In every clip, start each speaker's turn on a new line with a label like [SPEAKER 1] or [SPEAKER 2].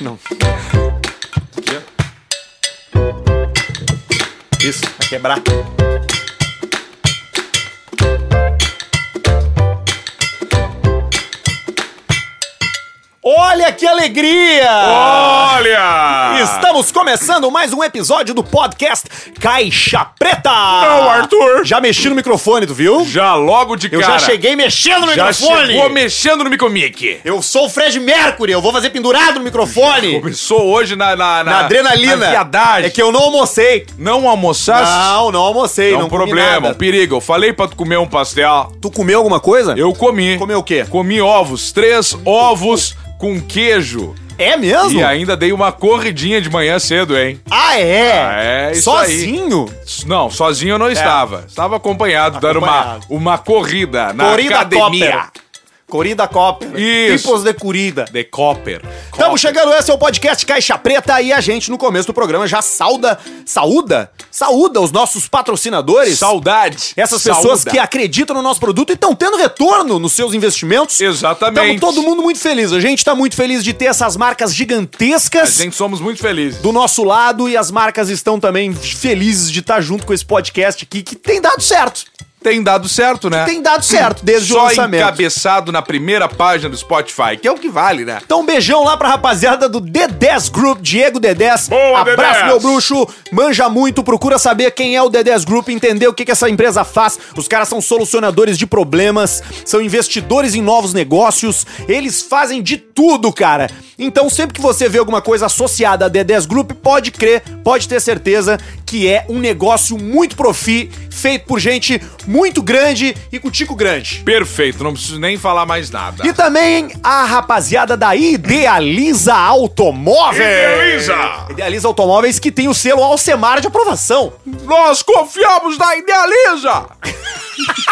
[SPEAKER 1] não. Aqui, ó. Isso, vai quebrar. Olha que alegria!
[SPEAKER 2] Olha!
[SPEAKER 1] Estamos começando mais um episódio do podcast Caixa Preta!
[SPEAKER 2] Não, Arthur!
[SPEAKER 1] Já mexi no microfone, tu viu?
[SPEAKER 2] Ah, Já logo de
[SPEAKER 1] Eu
[SPEAKER 2] cara.
[SPEAKER 1] já cheguei mexendo no
[SPEAKER 2] Já
[SPEAKER 1] microfone!
[SPEAKER 2] chegou mexendo no Micomic.
[SPEAKER 1] Eu sou o Fred Mercury, eu vou fazer pendurado no microfone!
[SPEAKER 2] Começou hoje na... Na, na-
[SPEAKER 1] Na adrenalina!
[SPEAKER 2] Na viadagem.
[SPEAKER 1] É que eu não almocei!
[SPEAKER 2] Não almoçaste?
[SPEAKER 1] Não, não almocei,
[SPEAKER 2] É um
[SPEAKER 1] não, comi
[SPEAKER 2] problema, um
[SPEAKER 1] nada.
[SPEAKER 2] perigo. Eu falei pra tu comer um pastel.
[SPEAKER 1] Tu comeu alguma coisa?
[SPEAKER 2] Eu comi.
[SPEAKER 1] Comeu o quê?
[SPEAKER 2] Comi ovos. Três ovos com queijo.
[SPEAKER 1] É mesmo?
[SPEAKER 2] E ainda dei uma corridinha de manhã cedo, hein?
[SPEAKER 1] Ah, é?
[SPEAKER 2] Ah, é isso
[SPEAKER 1] Sozinho?
[SPEAKER 2] Não, sozinho eu não estava. Estava acompanhado, dando
[SPEAKER 1] É. Acompanhado.
[SPEAKER 2] uma, uma corrida na
[SPEAKER 1] Corrida
[SPEAKER 2] academia.
[SPEAKER 1] Copper. Corrida Copper.
[SPEAKER 2] Isso.
[SPEAKER 1] Tipos de corrida.
[SPEAKER 2] De Copper.
[SPEAKER 1] Estamos chegando, esse é o podcast Caixa Preta e a gente no começo do programa já sauda, saúda, saúda os nossos patrocinadores.
[SPEAKER 2] Saudade.
[SPEAKER 1] essas pessoas
[SPEAKER 2] Saúda.
[SPEAKER 1] que acreditam no nosso produto e estão tendo retorno nos seus investimentos.
[SPEAKER 2] Exatamente.
[SPEAKER 1] Estamos todo mundo muito feliz. A gente tá muito feliz de ter essas marcas
[SPEAKER 2] A
[SPEAKER 1] gigantescas
[SPEAKER 2] gente somos muito felizes.
[SPEAKER 1] do nosso lado e as marcas estão também felizes de estar junto com esse podcast aqui que tem dado certo.
[SPEAKER 2] Tem dado certo, né?
[SPEAKER 1] Tem dado certo desde
[SPEAKER 2] Só
[SPEAKER 1] o lançamento.
[SPEAKER 2] encabeçado na primeira página do Spotify, que é o que vale, né?
[SPEAKER 1] Então, um beijão lá pra rapaziada do D10 Group, Diego D10.
[SPEAKER 2] Boa,
[SPEAKER 1] Abraço,
[SPEAKER 2] D10.
[SPEAKER 1] meu bruxo. Manja muito, procura saber quem é o D10 Group, entender o que, que essa empresa faz. Os caras são solucionadores de problemas, são investidores em novos negócios. Eles fazem de tudo, cara. Então, sempre que você vê alguma coisa associada a D10 Group, pode crer, pode ter certeza que é um negócio muito profi, feito por gente muito grande e com tico grande.
[SPEAKER 2] Perfeito, não preciso nem falar mais nada.
[SPEAKER 1] E também a rapaziada da Idealiza Automóveis.
[SPEAKER 2] Idealiza!
[SPEAKER 1] Idealiza Automóveis que tem o selo Alcemar de aprovação.
[SPEAKER 2] Nós confiamos na Idealiza!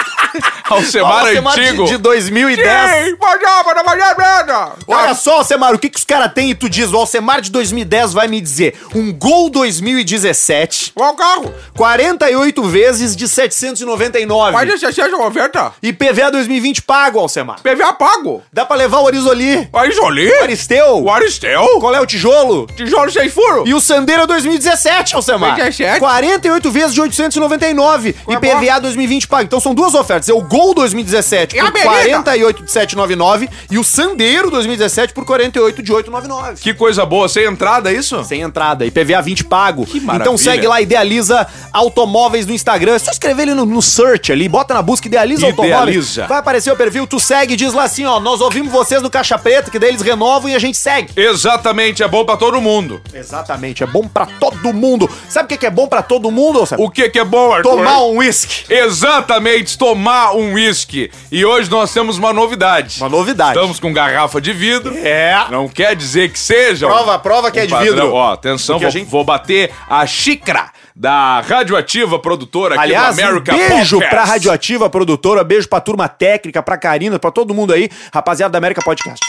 [SPEAKER 2] Alcemar
[SPEAKER 1] de-
[SPEAKER 2] antigo.
[SPEAKER 1] de, 2010.
[SPEAKER 2] Sim, vai lá, vai lá, vai lá, vai lá.
[SPEAKER 1] Olha só, Alcemar, o que, que os caras têm e tu diz? O Alcemar de 2010 vai me dizer um Gol 2017,
[SPEAKER 2] Qual carro?
[SPEAKER 1] 48 vezes de 799.
[SPEAKER 2] Mas esse é seja oferta.
[SPEAKER 1] IPVA 2020 pago, Alcemar.
[SPEAKER 2] PVA pago.
[SPEAKER 1] Dá pra levar o Orizoli,
[SPEAKER 2] Aí, Jolie.
[SPEAKER 1] o Aristeu,
[SPEAKER 2] O Aristel.
[SPEAKER 1] qual é o tijolo?
[SPEAKER 2] Tijolo sem furo.
[SPEAKER 1] E o Sandeiro 2017, Alcemar.
[SPEAKER 2] 47.
[SPEAKER 1] 48 vezes de 899.
[SPEAKER 2] Ué,
[SPEAKER 1] e PVA 2020 pago. Então são duas ofertas. É o Gol 2017
[SPEAKER 2] E a
[SPEAKER 1] por
[SPEAKER 2] Beleza?
[SPEAKER 1] 48 de 799 e o Sandeiro 2017 por 48 de 899.
[SPEAKER 2] Que coisa boa, sem entrada, é isso?
[SPEAKER 1] Sem entrada. E PVA 20 pago.
[SPEAKER 2] Que maravilha.
[SPEAKER 1] Então segue lá, Idealiza Automóveis no Instagram. É só escrever ele no, no search ali. Bota na busca Idealiza, Automóveis.
[SPEAKER 2] Idealiza.
[SPEAKER 1] Vai aparecer o perfil. Tu segue e diz lá assim, ó. Nós ouvimos vocês no Caixa Preta, que daí eles renovam e a gente segue.
[SPEAKER 2] Exatamente, é bom pra todo mundo.
[SPEAKER 1] Exatamente, é bom pra todo mundo. Sabe o que que é bom pra todo mundo, Alcemar?
[SPEAKER 2] O que que é bom, Arthur?
[SPEAKER 1] Tomar um uísque.
[SPEAKER 2] Exatamente, tomar um uísque. E hoje nós temos uma novidade.
[SPEAKER 1] Uma novidade.
[SPEAKER 2] Estamos com garrafa de vidro.
[SPEAKER 1] É.
[SPEAKER 2] Não quer dizer que seja. um
[SPEAKER 1] Prova, prova que é de
[SPEAKER 2] padrão.
[SPEAKER 1] vidro.
[SPEAKER 2] Ó, atenção,
[SPEAKER 1] Porque a
[SPEAKER 2] vou,
[SPEAKER 1] gente-
[SPEAKER 2] vou bater a xícara da Radioativa produtora aqui
[SPEAKER 1] Aliás,
[SPEAKER 2] do America
[SPEAKER 1] um beijo
[SPEAKER 2] Podcast.
[SPEAKER 1] pra Radioativa, produtora, beijo pra turma técnica, pra Karina, pra todo mundo aí, rapaziada da América Podcast.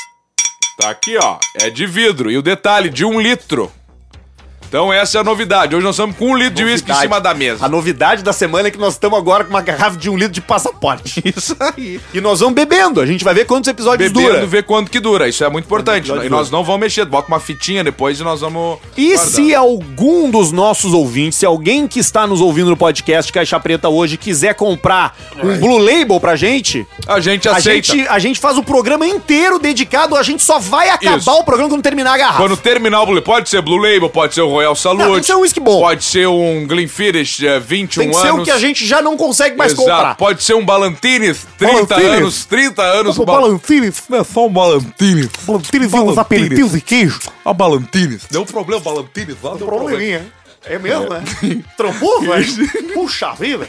[SPEAKER 2] Tá aqui, ó. É de vidro. E o detalhe, de um litro. Então essa é a novidade. Hoje nós estamos com um litro de uísque em
[SPEAKER 1] Novidade.
[SPEAKER 2] cima da
[SPEAKER 1] A
[SPEAKER 2] mesa.
[SPEAKER 1] novidade da semana é que nós estamos agora com uma garrafa de um litro de passaporte.
[SPEAKER 2] Isso aí.
[SPEAKER 1] E nós vamos bebendo, a gente vai ver quantos episódios
[SPEAKER 2] Bebendo,
[SPEAKER 1] dura.
[SPEAKER 2] ver quanto que dura. Isso é muito importante.
[SPEAKER 1] Quanto que
[SPEAKER 2] E
[SPEAKER 1] dura.
[SPEAKER 2] nós não vamos mexer. Bota uma fitinha depois e nós vamos.
[SPEAKER 1] E
[SPEAKER 2] guardar.
[SPEAKER 1] se algum dos nossos ouvintes, se alguém que está nos ouvindo no podcast Caixa Preta hoje quiser comprar um Blue Label pra gente,
[SPEAKER 2] A gente
[SPEAKER 1] A
[SPEAKER 2] É. aceita.
[SPEAKER 1] gente, a gente faz o programa inteiro dedicado, a gente só vai acabar
[SPEAKER 2] Isso.
[SPEAKER 1] o programa quando terminar a garrafa.
[SPEAKER 2] Quando terminar o Blue, pode ser Blue Label, pode ser o Royal Salute.
[SPEAKER 1] Não, tem que ser um whisky bom.
[SPEAKER 2] Pode ser um Glenfiddich eh, 21
[SPEAKER 1] Tem que
[SPEAKER 2] anos.
[SPEAKER 1] ser o que a gente já não consegue mais
[SPEAKER 2] Exato.
[SPEAKER 1] comprar.
[SPEAKER 2] Pode ser um Ballantine 30
[SPEAKER 1] Ballantine.
[SPEAKER 2] anos, 30 anos.
[SPEAKER 1] Pô, Balantine,
[SPEAKER 2] É só um Ballantine.
[SPEAKER 1] Balantine
[SPEAKER 2] Balantine.
[SPEAKER 1] e queijo.
[SPEAKER 2] A Ballantine.
[SPEAKER 1] um
[SPEAKER 2] Deu problema, Ballantine. Lá deu um
[SPEAKER 1] Probleminha. É mesmo, né? Trampou, velho? Puxa vida.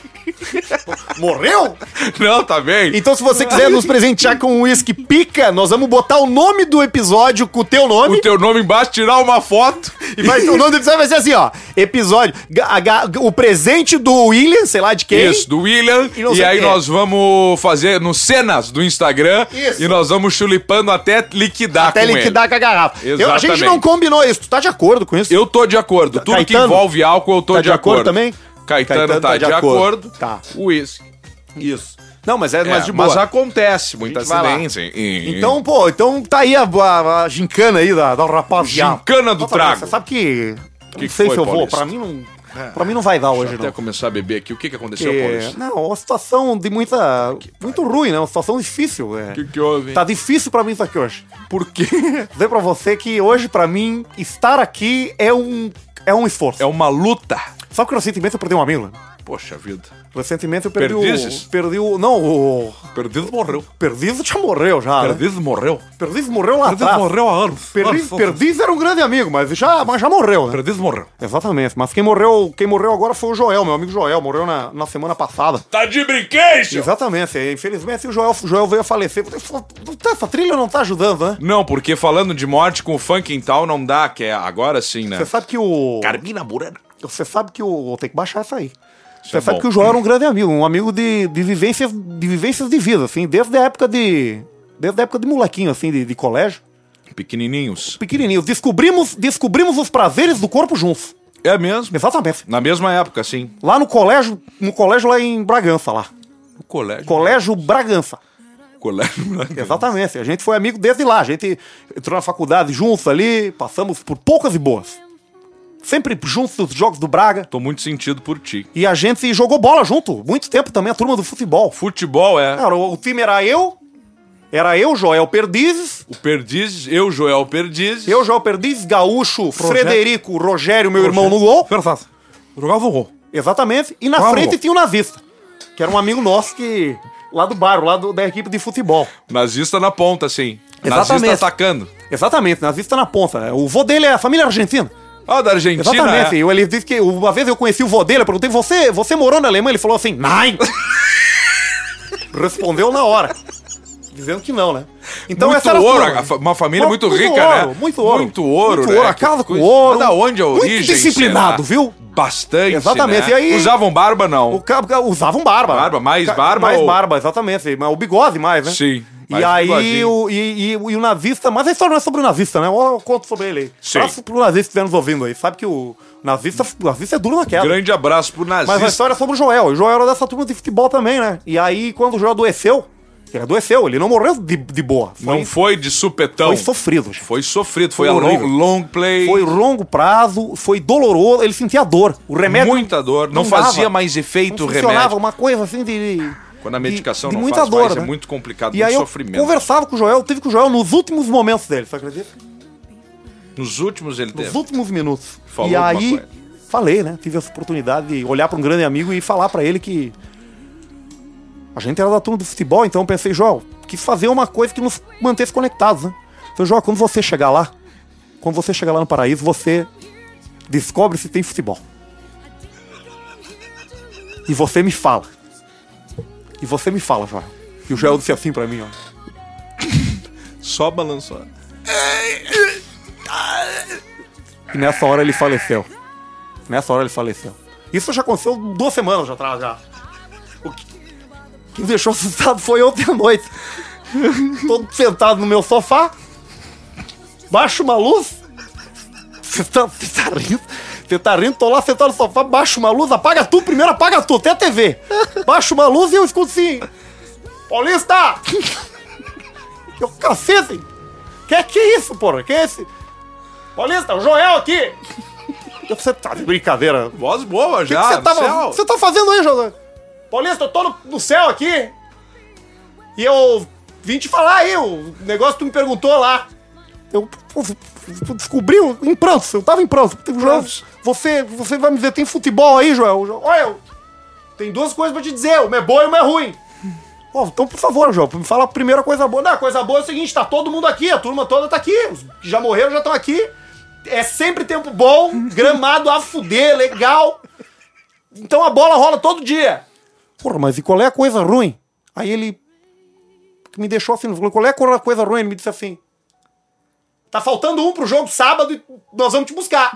[SPEAKER 1] Morreu?
[SPEAKER 2] Não, tá bem.
[SPEAKER 1] Então, se você quiser nos presentear com um uísque pica, nós vamos botar o nome do episódio com o teu nome.
[SPEAKER 2] O teu nome embaixo, tirar uma foto
[SPEAKER 1] E vai, o nome do episódio vai ser assim, ó. Episódio. ga- ga- o presente do William, sei lá de quem.
[SPEAKER 2] Isso, do William.
[SPEAKER 1] E não
[SPEAKER 2] E,
[SPEAKER 1] sei
[SPEAKER 2] aí
[SPEAKER 1] quem é.
[SPEAKER 2] nós vamos fazer no cenas do Instagram.
[SPEAKER 1] Isso.
[SPEAKER 2] E nós vamos chulipando até liquidar
[SPEAKER 1] Até
[SPEAKER 2] com ele.
[SPEAKER 1] liquidar com a garrafa. Eu- a gente
[SPEAKER 2] Exatamente.
[SPEAKER 1] não combinou isso. Tu tá de acordo com isso?
[SPEAKER 2] Eu tô de acordo. Tudo que
[SPEAKER 1] Caetano?
[SPEAKER 2] envolve álcool, eu tô
[SPEAKER 1] Tá
[SPEAKER 2] de, acordo.
[SPEAKER 1] também?
[SPEAKER 2] Caetano, tá, de acordo.
[SPEAKER 1] Tá.
[SPEAKER 2] O uísque.
[SPEAKER 1] Isso.
[SPEAKER 3] Não, mas é,
[SPEAKER 2] É,
[SPEAKER 3] mas de boa.
[SPEAKER 2] mas acontece muita
[SPEAKER 3] gente vai lá.
[SPEAKER 2] acidência. E-
[SPEAKER 1] Então, pô, então tá aí a, a- a gincana aí da, da rapaziada.
[SPEAKER 2] Gincana do
[SPEAKER 1] Ô, Fabrício,
[SPEAKER 2] trago.
[SPEAKER 1] Você sabe que.
[SPEAKER 2] Que
[SPEAKER 1] não sei
[SPEAKER 2] foi,
[SPEAKER 1] se eu vou,
[SPEAKER 2] Paulista?
[SPEAKER 1] pra mim não. Pra mim não vai dar hoje,
[SPEAKER 2] até
[SPEAKER 1] não.
[SPEAKER 2] começar a beber aqui. O que, que aconteceu,
[SPEAKER 1] Porque,
[SPEAKER 2] Paulista?
[SPEAKER 1] não, uma situação de muita. Muito ruim, né? Uma situação difícil. É.
[SPEAKER 2] O que, que houve?
[SPEAKER 1] Tá difícil pra mim isso aqui hoje.
[SPEAKER 2] Por quê?
[SPEAKER 1] Dizer pra você que hoje, pra mim, estar aqui é um. É um esforço.
[SPEAKER 2] É uma luta.
[SPEAKER 1] Sabe que recentemente eu perdi um amigo? né?
[SPEAKER 2] Poxa vida.
[SPEAKER 1] Recentemente eu perdi
[SPEAKER 2] Perdizes?
[SPEAKER 1] o. Perdi o. Não, o.
[SPEAKER 2] Perdido morreu.
[SPEAKER 1] Perdiz já morreu já. Perdiz,
[SPEAKER 2] Perdido morreu.
[SPEAKER 1] Perdiz morreu lá
[SPEAKER 2] Perdido
[SPEAKER 1] atrás.
[SPEAKER 2] morreu há anos.
[SPEAKER 1] Perdiz,
[SPEAKER 2] Nossa,
[SPEAKER 1] Perdiz era um grande amigo, mas já, mas já morreu, né?
[SPEAKER 2] Perdido morreu.
[SPEAKER 1] Exatamente, mas quem morreu, quem morreu agora foi o Joel, meu amigo Joel, morreu na, na semana passada.
[SPEAKER 2] Tá de brinquedo?
[SPEAKER 1] Exatamente, é, infelizmente o Joel, o Joel veio a falecer. Essa- Essa trilha não tá ajudando, né?
[SPEAKER 2] Não, porque falando de morte com o funk em tal não dá, que é agora sim, né?
[SPEAKER 1] Você sabe que o.
[SPEAKER 2] Carmina Burana.
[SPEAKER 1] Você sabe que o. Tem que baixar essa aí.
[SPEAKER 2] Isso
[SPEAKER 1] Você
[SPEAKER 2] é
[SPEAKER 1] sabe
[SPEAKER 2] bom.
[SPEAKER 1] que o Joel era um grande amigo, um amigo de, de, vivências, de vivências de vida, assim, desde a época de. Desde a época de molequinho, assim, de, de colégio.
[SPEAKER 2] Pequenininhos.
[SPEAKER 1] Pequenininhos. Descobrimos, descobrimos os prazeres do corpo juntos.
[SPEAKER 2] É mesmo.
[SPEAKER 1] Exatamente.
[SPEAKER 2] Na mesma época, sim.
[SPEAKER 1] Lá no colégio, no colégio lá em Bragança, lá.
[SPEAKER 2] O colégio.
[SPEAKER 1] Colégio Bragança.
[SPEAKER 2] colégio. né?
[SPEAKER 1] Exatamente. A gente foi amigo desde lá. A gente entrou na faculdade juntos ali, passamos por poucas e boas. Sempre juntos nos jogos do Braga.
[SPEAKER 2] Tô muito sentido por ti.
[SPEAKER 1] E a gente jogou bola junto, muito tempo também, a turma do futebol.
[SPEAKER 2] Futebol é.
[SPEAKER 1] Cara, o, o time era eu, era eu, Joel Perdizes,
[SPEAKER 2] O Perdizes, eu, Joel Perdizes.
[SPEAKER 1] eu, Joel Perdizes, Gaúcho, Frederico, Rogério, meu irmão no gol.
[SPEAKER 2] Perfeito. Jogava o gol.
[SPEAKER 1] Exatamente. E na
[SPEAKER 2] Vamos.
[SPEAKER 1] frente tinha o nazista, que era um amigo nosso que. Lá do bar, lá do- da equipe de futebol.
[SPEAKER 2] Nazista na ponta, sim.
[SPEAKER 1] Exatamente.
[SPEAKER 2] Nazista atacando.
[SPEAKER 1] Exatamente, nazista na ponta. O vô dele é a família argentina.
[SPEAKER 2] Ah, da Argentina.
[SPEAKER 1] Exatamente.
[SPEAKER 2] é.
[SPEAKER 1] Eu, ele disse que uma vez eu conheci o vô dele, eu perguntei, você, você morou na Alemanha? Ele falou assim, nein! Respondeu na hora. Dizendo que não, né? Então
[SPEAKER 2] muito
[SPEAKER 1] essa era a
[SPEAKER 2] ouro,
[SPEAKER 1] turma.
[SPEAKER 2] a fa- uma família
[SPEAKER 1] Mu-
[SPEAKER 2] muito, rica,
[SPEAKER 1] ouro,
[SPEAKER 2] né?
[SPEAKER 1] Muito ouro.
[SPEAKER 2] Muito ouro,
[SPEAKER 1] Muito
[SPEAKER 2] né?
[SPEAKER 1] ouro, a
[SPEAKER 2] Que
[SPEAKER 1] casa com
[SPEAKER 2] coisa-
[SPEAKER 1] ouro.
[SPEAKER 2] Da onde é a origem? né?
[SPEAKER 1] Muito disciplinado,
[SPEAKER 2] será?
[SPEAKER 1] viu?
[SPEAKER 2] Bastante.
[SPEAKER 1] Exatamente,
[SPEAKER 2] né?
[SPEAKER 1] e aí-
[SPEAKER 2] Usavam barba, não.
[SPEAKER 1] O cara usava um barba.
[SPEAKER 2] Barba, mais
[SPEAKER 1] Ca-
[SPEAKER 2] barba
[SPEAKER 1] Mais
[SPEAKER 2] ou-
[SPEAKER 1] barba, exatamente. Mas o bigode mais, né?
[SPEAKER 2] Sim, mais
[SPEAKER 1] E aí,
[SPEAKER 2] bigodinho.
[SPEAKER 1] o, e, e- e o nazista... Mas a história não é sobre o nazista, né? Eu conto sobre ele aí.
[SPEAKER 2] Sim.
[SPEAKER 1] Pra- pro nazista que estiver nos ouvindo aí. Sabe que o nazista, o nazista é duro naquela.
[SPEAKER 2] Grande abraço pro nazista.
[SPEAKER 1] Mas a história é sobre o Joel. O Joel era dessa turma de futebol também, né? E aí, quando o Joel adoeceu, ele adoeceu, ele não morreu de, de boa. Foi,
[SPEAKER 2] Não foi de supetão.
[SPEAKER 1] foi sofrido. gente.
[SPEAKER 2] Foi sofrido. Foi,
[SPEAKER 1] Foi
[SPEAKER 2] a long,
[SPEAKER 1] horrível.
[SPEAKER 2] long play.
[SPEAKER 1] Foi longo prazo, foi doloroso, ele sentia dor. O remédio.
[SPEAKER 2] muita dor. Não,
[SPEAKER 1] não
[SPEAKER 2] fazia
[SPEAKER 1] dava.
[SPEAKER 2] mais efeito
[SPEAKER 1] não
[SPEAKER 2] o remédio.
[SPEAKER 1] funcionava, uma coisa assim de. de-
[SPEAKER 2] Quando a medicação
[SPEAKER 1] de, de
[SPEAKER 2] não
[SPEAKER 1] muita
[SPEAKER 2] faz
[SPEAKER 1] dor,
[SPEAKER 2] mais,
[SPEAKER 1] né?
[SPEAKER 2] é muito complicado,
[SPEAKER 1] E
[SPEAKER 2] muito
[SPEAKER 1] aí eu
[SPEAKER 2] sofrimento.
[SPEAKER 1] conversava com o Joel, tive com o Joel nos últimos momentos dele, você acredita?
[SPEAKER 2] Nos últimos ele
[SPEAKER 1] Nos
[SPEAKER 2] teve.
[SPEAKER 1] últimos minutos.
[SPEAKER 2] Falou
[SPEAKER 1] e
[SPEAKER 2] alguma
[SPEAKER 1] aí,
[SPEAKER 2] coisa?
[SPEAKER 1] falei, né? Tive essa oportunidade de olhar pra um grande amigo e falar pra ele que. A gente era da turma do futebol, então eu pensei, Joel, que fazer uma coisa que nos mantesse conectados, né? Então, Joel, quando você chegar lá, quando você chegar lá no paraíso, você descobre se tem futebol. E você me fala. E você me fala, Joel. E o Joel disse assim pra mim, ó.
[SPEAKER 2] Só balançou.
[SPEAKER 1] E nessa hora ele faleceu. Nessa hora ele faleceu. Isso já aconteceu duas semanas atrás já. O que, o que me deixou assustado foi ontem à noite. Todo sentado no meu sofá. Baixo uma luz. Você tá, você tá rindo? Você tá rindo? Tô lá sentado no sofá, baixo uma luz, apaga tudo, primeiro apaga tudo, até a TV. Baixo uma luz e eu escuto assim. Paulista! Eu cacete! Que que é isso, porra? Que é esse? Paulista, o Joel aqui! Você tá de brincadeira. O
[SPEAKER 2] Voz boa
[SPEAKER 1] que
[SPEAKER 2] já.
[SPEAKER 1] você
[SPEAKER 2] no
[SPEAKER 1] tava-
[SPEAKER 2] céu.
[SPEAKER 1] você tá fazendo aí, Joel? Paulista, eu tô no, no céu aqui. E eu vim te falar aí o negócio que tu me perguntou lá. Eu pô, pô, descobri um- em prantos, eu tava em prantos. Joel, você, você vai me dizer, tem futebol aí, Joel? Joel, Olha, eu- tem duas coisas pra te dizer, uma é boa e uma é ruim. Ó, então, por favor, João, me fala a primeira coisa boa. Não, a coisa boa é o seguinte, tá todo mundo aqui, a turma toda tá aqui. Os que já morreram já estão aqui. É sempre tempo bom, gramado a fuder, legal. Então a bola rola todo dia. Porra, mas e qual é a coisa ruim? Aí ele me deixou assim, falou, qual é a coisa ruim? Ele me disse assim, tá faltando um pro jogo sábado e nós vamos te buscar.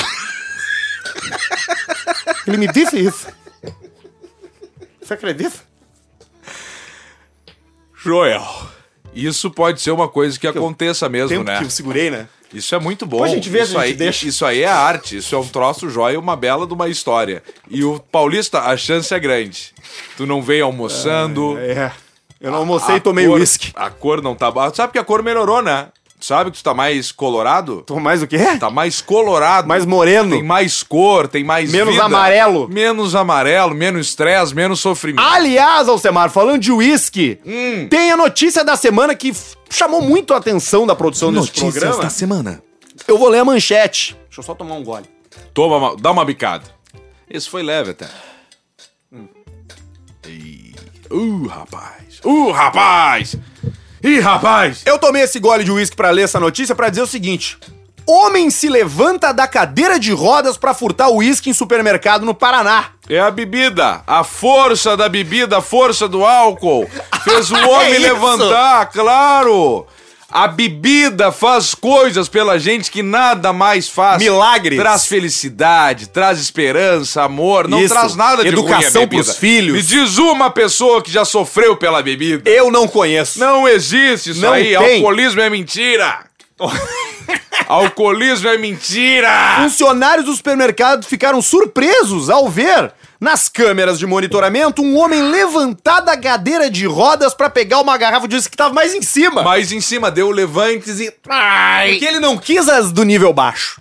[SPEAKER 1] ele me disse isso. Você acredita?
[SPEAKER 2] Joel. Isso pode ser uma coisa que aconteça mesmo,
[SPEAKER 1] tempo
[SPEAKER 2] né?
[SPEAKER 1] que eu segurei, né?
[SPEAKER 2] Isso é muito bom.
[SPEAKER 1] Depois a gente vê,
[SPEAKER 2] isso,
[SPEAKER 1] a gente
[SPEAKER 2] aí,
[SPEAKER 1] deixa.
[SPEAKER 2] isso aí é arte, isso é um troço joia, uma bela de uma história. E o paulista, a chance é grande. Tu não vem almoçando,
[SPEAKER 1] É.
[SPEAKER 4] Eu não
[SPEAKER 2] A
[SPEAKER 4] almocei e tomei
[SPEAKER 2] cor-
[SPEAKER 4] uísque.
[SPEAKER 2] A cor não tá. ba- Tu sabe que a cor melhorou, né? Tu sabe que tu tá mais colorado?
[SPEAKER 4] Tô mais o quê?
[SPEAKER 2] Tá mais colorado.
[SPEAKER 4] Mais moreno.
[SPEAKER 2] Tem mais cor, tem mais.
[SPEAKER 4] Menos
[SPEAKER 2] vida.
[SPEAKER 4] amarelo.
[SPEAKER 2] Menos amarelo, menos estresse, menos sofrimento.
[SPEAKER 4] Aliás, Alcemar, falando de uísque, tem a notícia da semana que f- chamou muito a atenção da produção desse programa.
[SPEAKER 1] semana.
[SPEAKER 4] Eu vou ler a manchete. Deixa eu só tomar um gole.
[SPEAKER 2] Toma, uma- dá uma bicada. Esse foi leve até. Ih, Uh, rapaz. Uh, rapaz. Ih, rapaz.
[SPEAKER 1] Eu tomei esse
[SPEAKER 4] Esse gole de uísque pra ler essa notícia pra dizer o seguinte: Homem se levanta da cadeira de rodas pra furtar uísque em supermercado no Paraná.
[SPEAKER 2] É a bebida, a força da bebida, a força do álcool. Fez o homem
[SPEAKER 4] É isso?
[SPEAKER 2] levantar, claro. A bebida faz coisas pela gente que nada mais faz.
[SPEAKER 4] Milagres.
[SPEAKER 2] Traz felicidade, traz esperança, amor, não
[SPEAKER 4] Isso.
[SPEAKER 2] traz nada de
[SPEAKER 4] Educação
[SPEAKER 2] ruim a bebida.
[SPEAKER 4] pros filhos.
[SPEAKER 2] Me diz uma pessoa que já sofreu pela bebida.
[SPEAKER 4] Eu não conheço.
[SPEAKER 2] Não existe isso
[SPEAKER 4] Não
[SPEAKER 2] aí.
[SPEAKER 4] tem.
[SPEAKER 2] Alcoolismo é mentira. Alcoolismo é mentira.
[SPEAKER 1] Funcionários do supermercado ficaram surpresos ao ver nas câmeras de monitoramento um homem levantar da cadeira de rodas pra pegar uma garrafa de uísque que tava mais em cima.
[SPEAKER 2] Mas em cima deu levantes e.
[SPEAKER 1] Porque ele não quis as do nível baixo.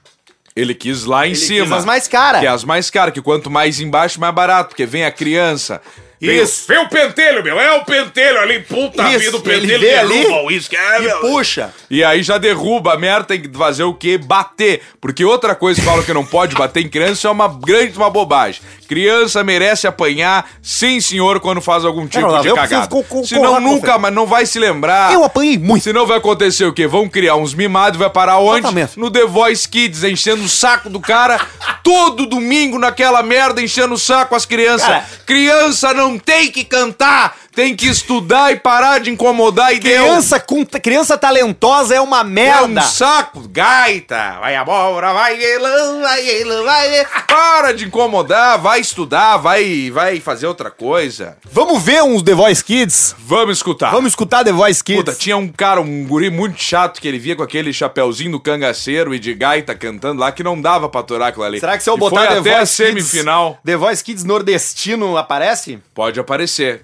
[SPEAKER 2] Ele quis lá em cima.
[SPEAKER 1] quis as mais caras.
[SPEAKER 2] Que é as mais caras, que quanto mais embaixo, mais barato, porque vem a criança. Vem
[SPEAKER 1] Isso.
[SPEAKER 2] o- Vem o pentelho, meu. É o pentelho ali, puta
[SPEAKER 1] Isso,
[SPEAKER 2] vida, o
[SPEAKER 1] ele
[SPEAKER 2] pentelho
[SPEAKER 1] vê ali
[SPEAKER 2] derruba o uísque. É,
[SPEAKER 1] E
[SPEAKER 2] meu.
[SPEAKER 1] puxa.
[SPEAKER 2] E aí já derruba, a merda tem que fazer o quê? Bater. Porque outra coisa que falam que não pode bater em criança é uma grande uma bobagem. Criança merece apanhar, sim senhor, quando faz algum tipo
[SPEAKER 1] Olavo,
[SPEAKER 2] de
[SPEAKER 1] eu preciso
[SPEAKER 2] cagada.
[SPEAKER 1] co- co-
[SPEAKER 2] Senão
[SPEAKER 1] concordar com
[SPEAKER 2] nunca,
[SPEAKER 1] você.
[SPEAKER 2] mas não vai se lembrar.
[SPEAKER 1] Eu apanhei muito.
[SPEAKER 2] Senão vai acontecer o quê? Vão criar uns mimados, vai parar onde?
[SPEAKER 1] Exatamente.
[SPEAKER 2] No The Voice Kids, enchendo o saco do cara todo domingo naquela merda, enchendo o saco as crianças.
[SPEAKER 1] Cara.
[SPEAKER 2] criança não tem que cantar, tem que estudar e parar de incomodar e
[SPEAKER 1] Criança, com, criança talentosa é uma
[SPEAKER 2] deu. É um
[SPEAKER 1] merda.
[SPEAKER 2] saco, gaita, vai abóbora, vai elão, vai elão, vai... Para de incomodar, vai estudar, vai, vai fazer outra coisa.
[SPEAKER 1] Vamos ver uns The Voice Kids?
[SPEAKER 2] Vamos escutar.
[SPEAKER 1] Vamos escutar The Voice Kids?
[SPEAKER 2] Puta, tinha um cara, um guri muito chato que ele via com aquele chapéuzinho do cangaceiro e de gaita cantando lá que não dava pra aturar aquilo ali.
[SPEAKER 1] Será que se eu
[SPEAKER 2] E
[SPEAKER 1] botar
[SPEAKER 2] foi
[SPEAKER 1] The
[SPEAKER 2] até
[SPEAKER 1] Voice
[SPEAKER 2] a semifinal?
[SPEAKER 1] Kids, The Voice Kids nordestino aparece?
[SPEAKER 2] Pode aparecer.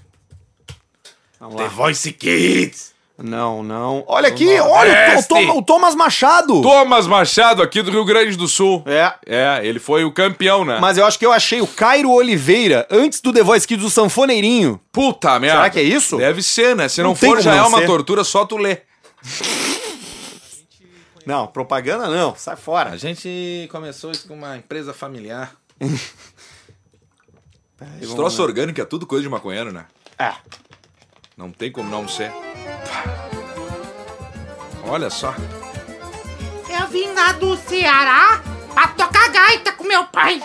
[SPEAKER 1] lá.
[SPEAKER 2] The Voice Kids.
[SPEAKER 1] Não, não. Olha aqui, olha o,
[SPEAKER 2] Nordeste.
[SPEAKER 1] Tom- o Tom- o Thomas Machado.
[SPEAKER 2] Thomas Machado aqui do Rio Grande do Sul.
[SPEAKER 1] É.
[SPEAKER 2] É, ele foi o campeão, né?
[SPEAKER 1] Mas eu acho que eu achei o Cairo Oliveira antes do The Voice Kids do Sanfoneirinho.
[SPEAKER 2] Puta merda.
[SPEAKER 1] Será que é isso?
[SPEAKER 2] Deve ser, né? Se não,
[SPEAKER 1] Não tem
[SPEAKER 2] for,
[SPEAKER 1] como
[SPEAKER 2] já é
[SPEAKER 1] não
[SPEAKER 2] uma
[SPEAKER 1] ser.
[SPEAKER 2] tortura só tu ler.
[SPEAKER 1] Não, propaganda não, sai fora.
[SPEAKER 5] A gente começou isso com uma empresa familiar.
[SPEAKER 2] Esse troço orgânico é tudo coisa de maconheiro, né?
[SPEAKER 1] É.
[SPEAKER 2] Não tem como não ser. Olha só.
[SPEAKER 6] Eu vim lá do Ceará pra tocar gaita com meu pai.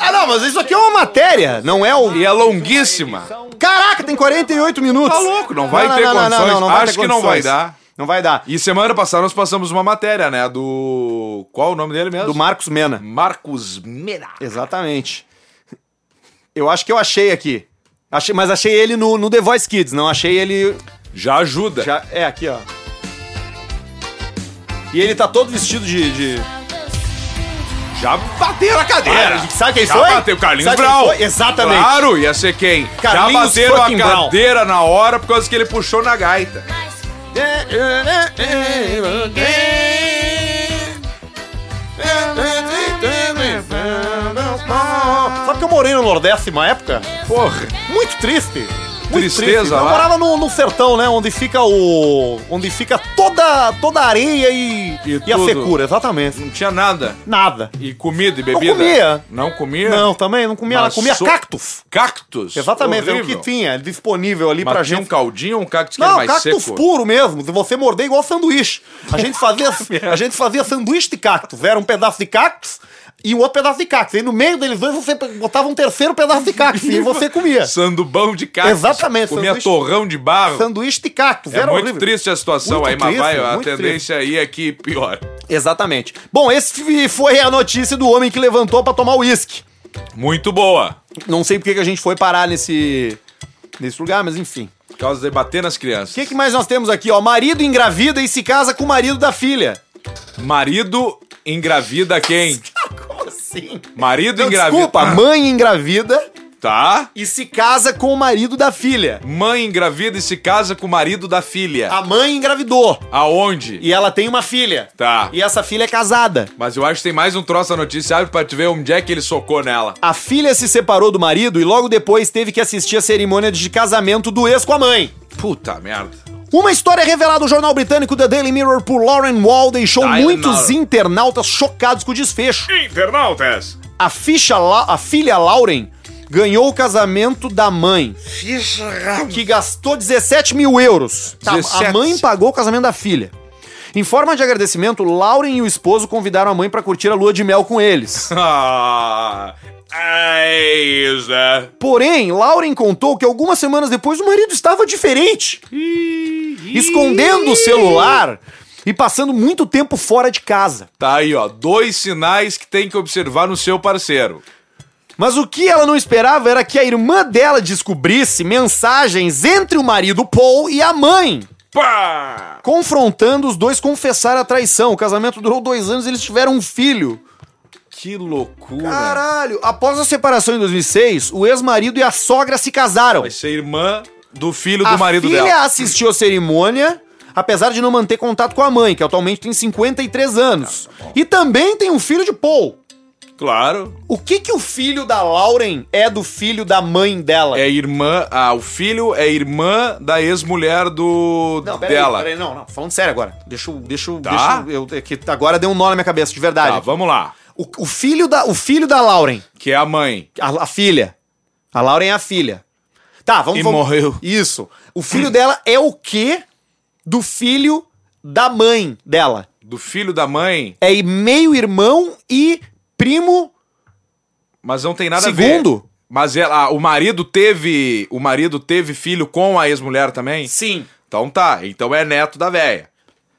[SPEAKER 1] Ah, não, mas isso
[SPEAKER 7] um
[SPEAKER 1] aqui é uma matéria, não é o...
[SPEAKER 2] E é longuíssima.
[SPEAKER 1] Caraca, tem 48 minutos.
[SPEAKER 2] Tá louco, não vai ter condições.
[SPEAKER 1] vai
[SPEAKER 2] Acho
[SPEAKER 1] ter
[SPEAKER 2] que não vai
[SPEAKER 1] condições.
[SPEAKER 2] dar.
[SPEAKER 1] Não vai dar.
[SPEAKER 2] E semana passada nós passamos uma matéria, né? Do. Qual o nome dele mesmo?
[SPEAKER 1] Do Marcos Mena.
[SPEAKER 2] Marcos Mera.
[SPEAKER 1] Exatamente. Eu acho que eu achei aqui. Achei, mas achei ele no, no The Voice Kids, não achei ele
[SPEAKER 2] Já ajuda.
[SPEAKER 1] Já, é, aqui, ó. E ele tá todo vestido de. de...
[SPEAKER 2] Já bateram a cadeira.
[SPEAKER 1] sabe quem
[SPEAKER 2] Já
[SPEAKER 1] foi?
[SPEAKER 2] bateu Carlinhos
[SPEAKER 1] Sabe quem
[SPEAKER 2] Brau.
[SPEAKER 1] foi? Exatamente.
[SPEAKER 2] Claro, ia ser quem? Já
[SPEAKER 1] Carlinhos
[SPEAKER 2] bateram
[SPEAKER 1] fucking
[SPEAKER 2] a
[SPEAKER 1] Brau.
[SPEAKER 2] cadeira na hora por causa que ele puxou na gaita.
[SPEAKER 1] Sabe que eu morei no Nordeste uma época?
[SPEAKER 2] Porra.
[SPEAKER 1] Muito triste. Muito
[SPEAKER 2] Tristeza né?
[SPEAKER 1] triste. Eu
[SPEAKER 2] lá.
[SPEAKER 1] morava no, no sertão, né? Onde fica o. Onde fica toda, toda a areia e,
[SPEAKER 2] E
[SPEAKER 1] e a
[SPEAKER 2] tudo.
[SPEAKER 1] secura, exatamente.
[SPEAKER 2] Não tinha nada.
[SPEAKER 1] Nada.
[SPEAKER 2] E comida e bebida?
[SPEAKER 1] comia.
[SPEAKER 2] Não comia?
[SPEAKER 1] Não, também não comia, ela
[SPEAKER 2] É. Mas
[SPEAKER 1] comia
[SPEAKER 2] so-
[SPEAKER 1] cactus.
[SPEAKER 2] Cactus.
[SPEAKER 1] Exatamente, era o que
[SPEAKER 2] Horrível.
[SPEAKER 1] tinha disponível ali
[SPEAKER 2] Mas
[SPEAKER 1] pra
[SPEAKER 2] tinha um
[SPEAKER 1] gente.
[SPEAKER 2] caldinho ou um cactus que era
[SPEAKER 1] Não,
[SPEAKER 2] mais
[SPEAKER 1] cactus
[SPEAKER 2] seco?
[SPEAKER 1] puro mesmo. Você morder igual sanduíche. A gente fazia,
[SPEAKER 2] É.
[SPEAKER 1] a gente fazia sanduíche de cactus. Era um pedaço de cactus e um outro pedaço de cactus. E no meio deles dois você pe- botava um terceiro pedaço de cactus e você comia.
[SPEAKER 2] Sandubão de cactus.
[SPEAKER 1] Exatamente,
[SPEAKER 2] Comia
[SPEAKER 1] sanduíche-
[SPEAKER 2] torrão de barro.
[SPEAKER 1] Sanduíche de cactus.
[SPEAKER 2] É
[SPEAKER 1] era
[SPEAKER 2] muito
[SPEAKER 1] horrível.
[SPEAKER 2] triste a situação
[SPEAKER 1] Muito
[SPEAKER 2] aí, mas
[SPEAKER 1] triste,
[SPEAKER 2] vai, a
[SPEAKER 1] muito
[SPEAKER 2] tendência aí é que pior.
[SPEAKER 1] Exatamente. Bom, esse fi- foi a notícia do homem que levantou pra tomar uísque.
[SPEAKER 2] Muito boa.
[SPEAKER 1] Não sei porque que a gente foi parar nesse, nesse lugar, mas enfim.
[SPEAKER 2] Por causa de bater nas crianças.
[SPEAKER 1] O que, que mais nós temos aqui? Ó, marido engravida e se casa com o marido da filha.
[SPEAKER 2] Marido engravida quem?
[SPEAKER 1] Como assim?
[SPEAKER 2] Marido
[SPEAKER 1] Não,
[SPEAKER 2] engravida. Ah,
[SPEAKER 1] Desculpa, mãe engravida
[SPEAKER 2] Tá?
[SPEAKER 1] e se casa com o marido da filha.
[SPEAKER 2] Mãe engravida e se casa com o marido da filha.
[SPEAKER 1] A mãe engravidou
[SPEAKER 2] Aonde?
[SPEAKER 1] e ela tem uma filha.
[SPEAKER 2] Tá.
[SPEAKER 1] E essa filha é casada.
[SPEAKER 2] Mas eu acho que tem mais um troço da notícia. Abre pra te ver onde é que ele socou nela.
[SPEAKER 1] A filha se separou do marido e logo depois teve que assistir a cerimônia de casamento do ex com a mãe.
[SPEAKER 2] Puta merda.
[SPEAKER 1] Uma história revelada no jornal britânico The Daily Mirror por Lauren Wall deixou
[SPEAKER 2] Diana.
[SPEAKER 1] muitos internautas chocados com o desfecho.
[SPEAKER 2] Internautas.
[SPEAKER 1] A, ficha La- a filha Lauren ganhou o casamento da mãe, que gastou 17 mil euros. Tá,
[SPEAKER 2] 17.
[SPEAKER 1] A mãe pagou o casamento da filha. Em forma de agradecimento, Lauren e o esposo convidaram a mãe pra curtir a lua de mel com eles.
[SPEAKER 2] Ah, é isso, né?
[SPEAKER 1] Porém, Lauren contou que algumas semanas depois o marido estava diferente. Escondendo o celular e passando muito tempo fora de casa.
[SPEAKER 2] Tá aí, ó. Dois sinais que tem que observar no seu parceiro.
[SPEAKER 1] Mas o que ela não esperava era que a irmã dela descobrisse mensagens entre o marido Paul e a mãe.
[SPEAKER 2] Pá!
[SPEAKER 1] Confrontando os dois confessaram a traição. O casamento durou dois anos e eles tiveram um filho.
[SPEAKER 2] Que loucura.
[SPEAKER 1] Caralho! Após a separação em 2006, o ex-marido e a sogra se casaram.
[SPEAKER 2] Vai ser irmã do filho do
[SPEAKER 1] a
[SPEAKER 2] marido
[SPEAKER 1] filha
[SPEAKER 2] dela.
[SPEAKER 1] assistiu a cerimônia, apesar de não manter contato com a mãe, que atualmente tem 53 anos.
[SPEAKER 2] Tá
[SPEAKER 1] e também tem um filho de Paul.
[SPEAKER 2] Claro.
[SPEAKER 1] O que que o filho da Lauren é do filho da mãe dela?
[SPEAKER 2] É irmã. Ah, o filho é irmã da ex-mulher do.
[SPEAKER 1] Não, peraí,
[SPEAKER 2] dela.
[SPEAKER 1] peraí, não, não. Falando sério agora. Deixa eu. Deixa eu.
[SPEAKER 2] Tá.
[SPEAKER 1] Deixa eu, eu- é que agora deu um nó na minha cabeça, de
[SPEAKER 2] Tá,
[SPEAKER 1] verdade.
[SPEAKER 2] vamos lá.
[SPEAKER 1] o, o filho da, o filho da Lauren,
[SPEAKER 2] Que é a mãe.
[SPEAKER 1] a, a filha. A Lauren é a filha. Tá, vamos.
[SPEAKER 2] E
[SPEAKER 1] vamos-
[SPEAKER 2] morreu.
[SPEAKER 1] Isso. O filho dela é o quê do filho da mãe dela?
[SPEAKER 2] Do filho da mãe.
[SPEAKER 1] É meio-irmão e primo.
[SPEAKER 2] Mas não tem nada a ver.
[SPEAKER 1] Segundo?
[SPEAKER 2] Mas ela, ah, o marido teve. O marido teve filho com a ex-mulher também?
[SPEAKER 1] Sim.
[SPEAKER 2] Então tá. Então é neto da véia.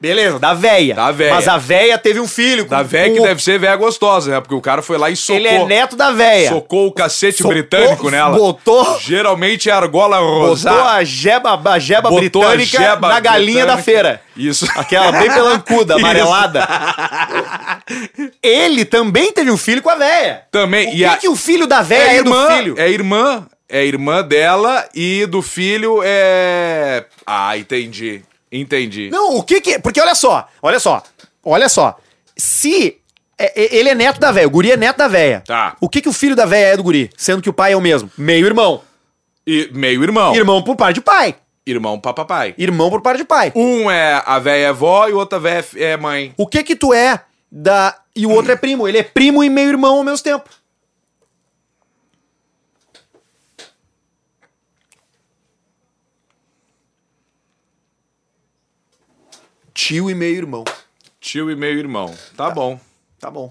[SPEAKER 1] Beleza, da véia.
[SPEAKER 2] Da véia.
[SPEAKER 1] Mas a véia teve um filho.
[SPEAKER 2] Da
[SPEAKER 1] com-
[SPEAKER 2] véia que
[SPEAKER 1] com-
[SPEAKER 2] deve ser véia gostosa, né? Porque o cara foi lá e socou.
[SPEAKER 1] Ele é neto da véia.
[SPEAKER 2] Socou o cacete
[SPEAKER 1] Socou,
[SPEAKER 2] britânico nela.
[SPEAKER 1] botou-
[SPEAKER 2] Geralmente é argola rosada.
[SPEAKER 1] Botou a jeba, a jeba
[SPEAKER 2] Botou a
[SPEAKER 1] britânica
[SPEAKER 2] jeba
[SPEAKER 1] na galinha da
[SPEAKER 2] britânica.
[SPEAKER 1] feira.
[SPEAKER 2] Isso.
[SPEAKER 1] Aquela bem pelancuda, amarelada. Ele também teve um filho com a véia.
[SPEAKER 2] Também.
[SPEAKER 1] O
[SPEAKER 2] e
[SPEAKER 1] que,
[SPEAKER 2] a...
[SPEAKER 1] que o filho da véia é,
[SPEAKER 2] irmã,
[SPEAKER 1] do filho?
[SPEAKER 2] É irmã. É irmã dela e do filho é. Ah, entendi. Entendi.
[SPEAKER 1] Não, o que que... é? Porque olha só, olha só, olha só. Se é- é- ele é neto da véia, o guri é neto da véia.
[SPEAKER 2] Tá.
[SPEAKER 1] O que que o filho da véia é do guri? Sendo que o pai é o mesmo. Meio irmão.
[SPEAKER 2] E meio irmão.
[SPEAKER 1] Irmão por par de pai.
[SPEAKER 2] Irmão pra papai.
[SPEAKER 1] Irmão por par de pai.
[SPEAKER 2] Um é a véia é vó e o outro a véia é f- é mãe.
[SPEAKER 1] O que que tu é da... E o outro é primo. Ele é primo e meio irmão ao mesmo tempo. Tio e meio irmão.
[SPEAKER 2] Tio e meio irmão. Tá bom.
[SPEAKER 1] Tá bom.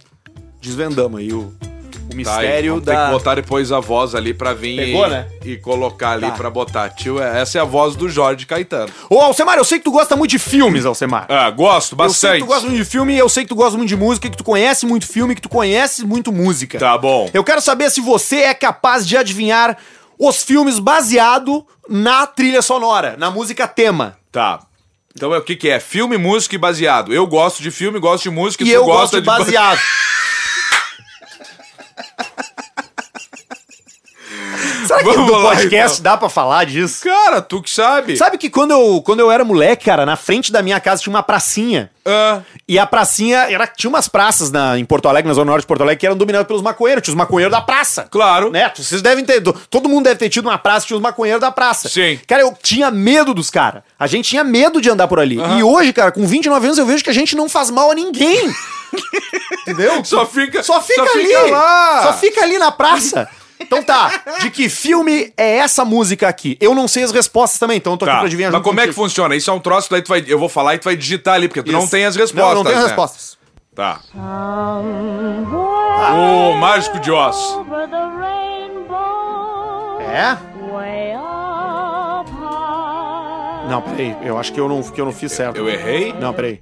[SPEAKER 1] Desvendamos aí o, o
[SPEAKER 2] Tá, aí,
[SPEAKER 1] mistério
[SPEAKER 2] vamos Tem
[SPEAKER 1] da.
[SPEAKER 2] que botar depois a voz ali pra vir
[SPEAKER 1] Pegou,
[SPEAKER 2] e,
[SPEAKER 1] né?
[SPEAKER 2] e colocar ali
[SPEAKER 1] Tá.
[SPEAKER 2] pra botar. Tio, é- essa é a voz do Jorge Caetano.
[SPEAKER 1] Ô, Alcemar, eu sei que tu gosta muito de filmes, Alcemar.
[SPEAKER 2] Ah, gosto
[SPEAKER 1] Eu sei que
[SPEAKER 2] bastante.
[SPEAKER 1] tu gosta muito de filme, eu sei que tu gosta muito de música, que tu conhece muito filme, que tu conhece muito música.
[SPEAKER 2] Tá bom.
[SPEAKER 1] Eu quero saber se você é capaz de adivinhar os filmes baseado na trilha sonora, na música tema.
[SPEAKER 2] Tá. Então é o que que é? Filme, música e baseado. Eu gosto de filme, gosto de música
[SPEAKER 1] E
[SPEAKER 2] tu
[SPEAKER 1] eu
[SPEAKER 2] gosta
[SPEAKER 1] gosto de baseado. Será que
[SPEAKER 2] Vamos
[SPEAKER 1] no
[SPEAKER 2] lá,
[SPEAKER 1] podcast
[SPEAKER 2] então.
[SPEAKER 1] dá pra falar disso?
[SPEAKER 2] Cara, tu que sabe.
[SPEAKER 1] Sabe que quando eu, quando eu era moleque, cara, na frente da minha casa tinha uma pracinha.
[SPEAKER 2] Ah,
[SPEAKER 1] E a pracinha, era, tinha umas praças na, em Porto Alegre, na zona norte de Porto Alegre, que eram dominadas pelos maconheiros. Tinha os maconheiros da praça.
[SPEAKER 2] claro.
[SPEAKER 1] Né? Vocês devem ter. do- Todo mundo deve ter tido uma praça, tinha os maconheiros da praça.
[SPEAKER 2] Sim.
[SPEAKER 1] Cara, eu tinha medo dos caras. A gente tinha medo de andar por ali.
[SPEAKER 2] Aham.
[SPEAKER 1] E hoje, cara, com 29 anos, eu vejo que a gente não faz mal a ninguém. Entendeu?
[SPEAKER 2] Só fica,
[SPEAKER 1] Só fica ali.
[SPEAKER 2] lá.
[SPEAKER 1] Só fica ali na praça. Então tá, de que filme é essa música aqui? Eu não sei as respostas também, então eu tô
[SPEAKER 2] Tá.
[SPEAKER 1] aqui pra adivinhar
[SPEAKER 2] Mas como é que
[SPEAKER 1] contigo.
[SPEAKER 2] funciona? Isso é um troço, daí tu vai, eu vou falar e tu vai digitar ali, porque tu não
[SPEAKER 1] Isso.
[SPEAKER 2] tem as respostas.
[SPEAKER 1] Não, não tenho
[SPEAKER 2] né?
[SPEAKER 1] as respostas.
[SPEAKER 2] Tá. O Mágico de Oz.
[SPEAKER 8] Over the rainbow,
[SPEAKER 1] É?
[SPEAKER 8] way up high.
[SPEAKER 1] Não, peraí, eu acho que eu não, que eu não fiz certo.
[SPEAKER 2] Eu errei?
[SPEAKER 1] Não, peraí.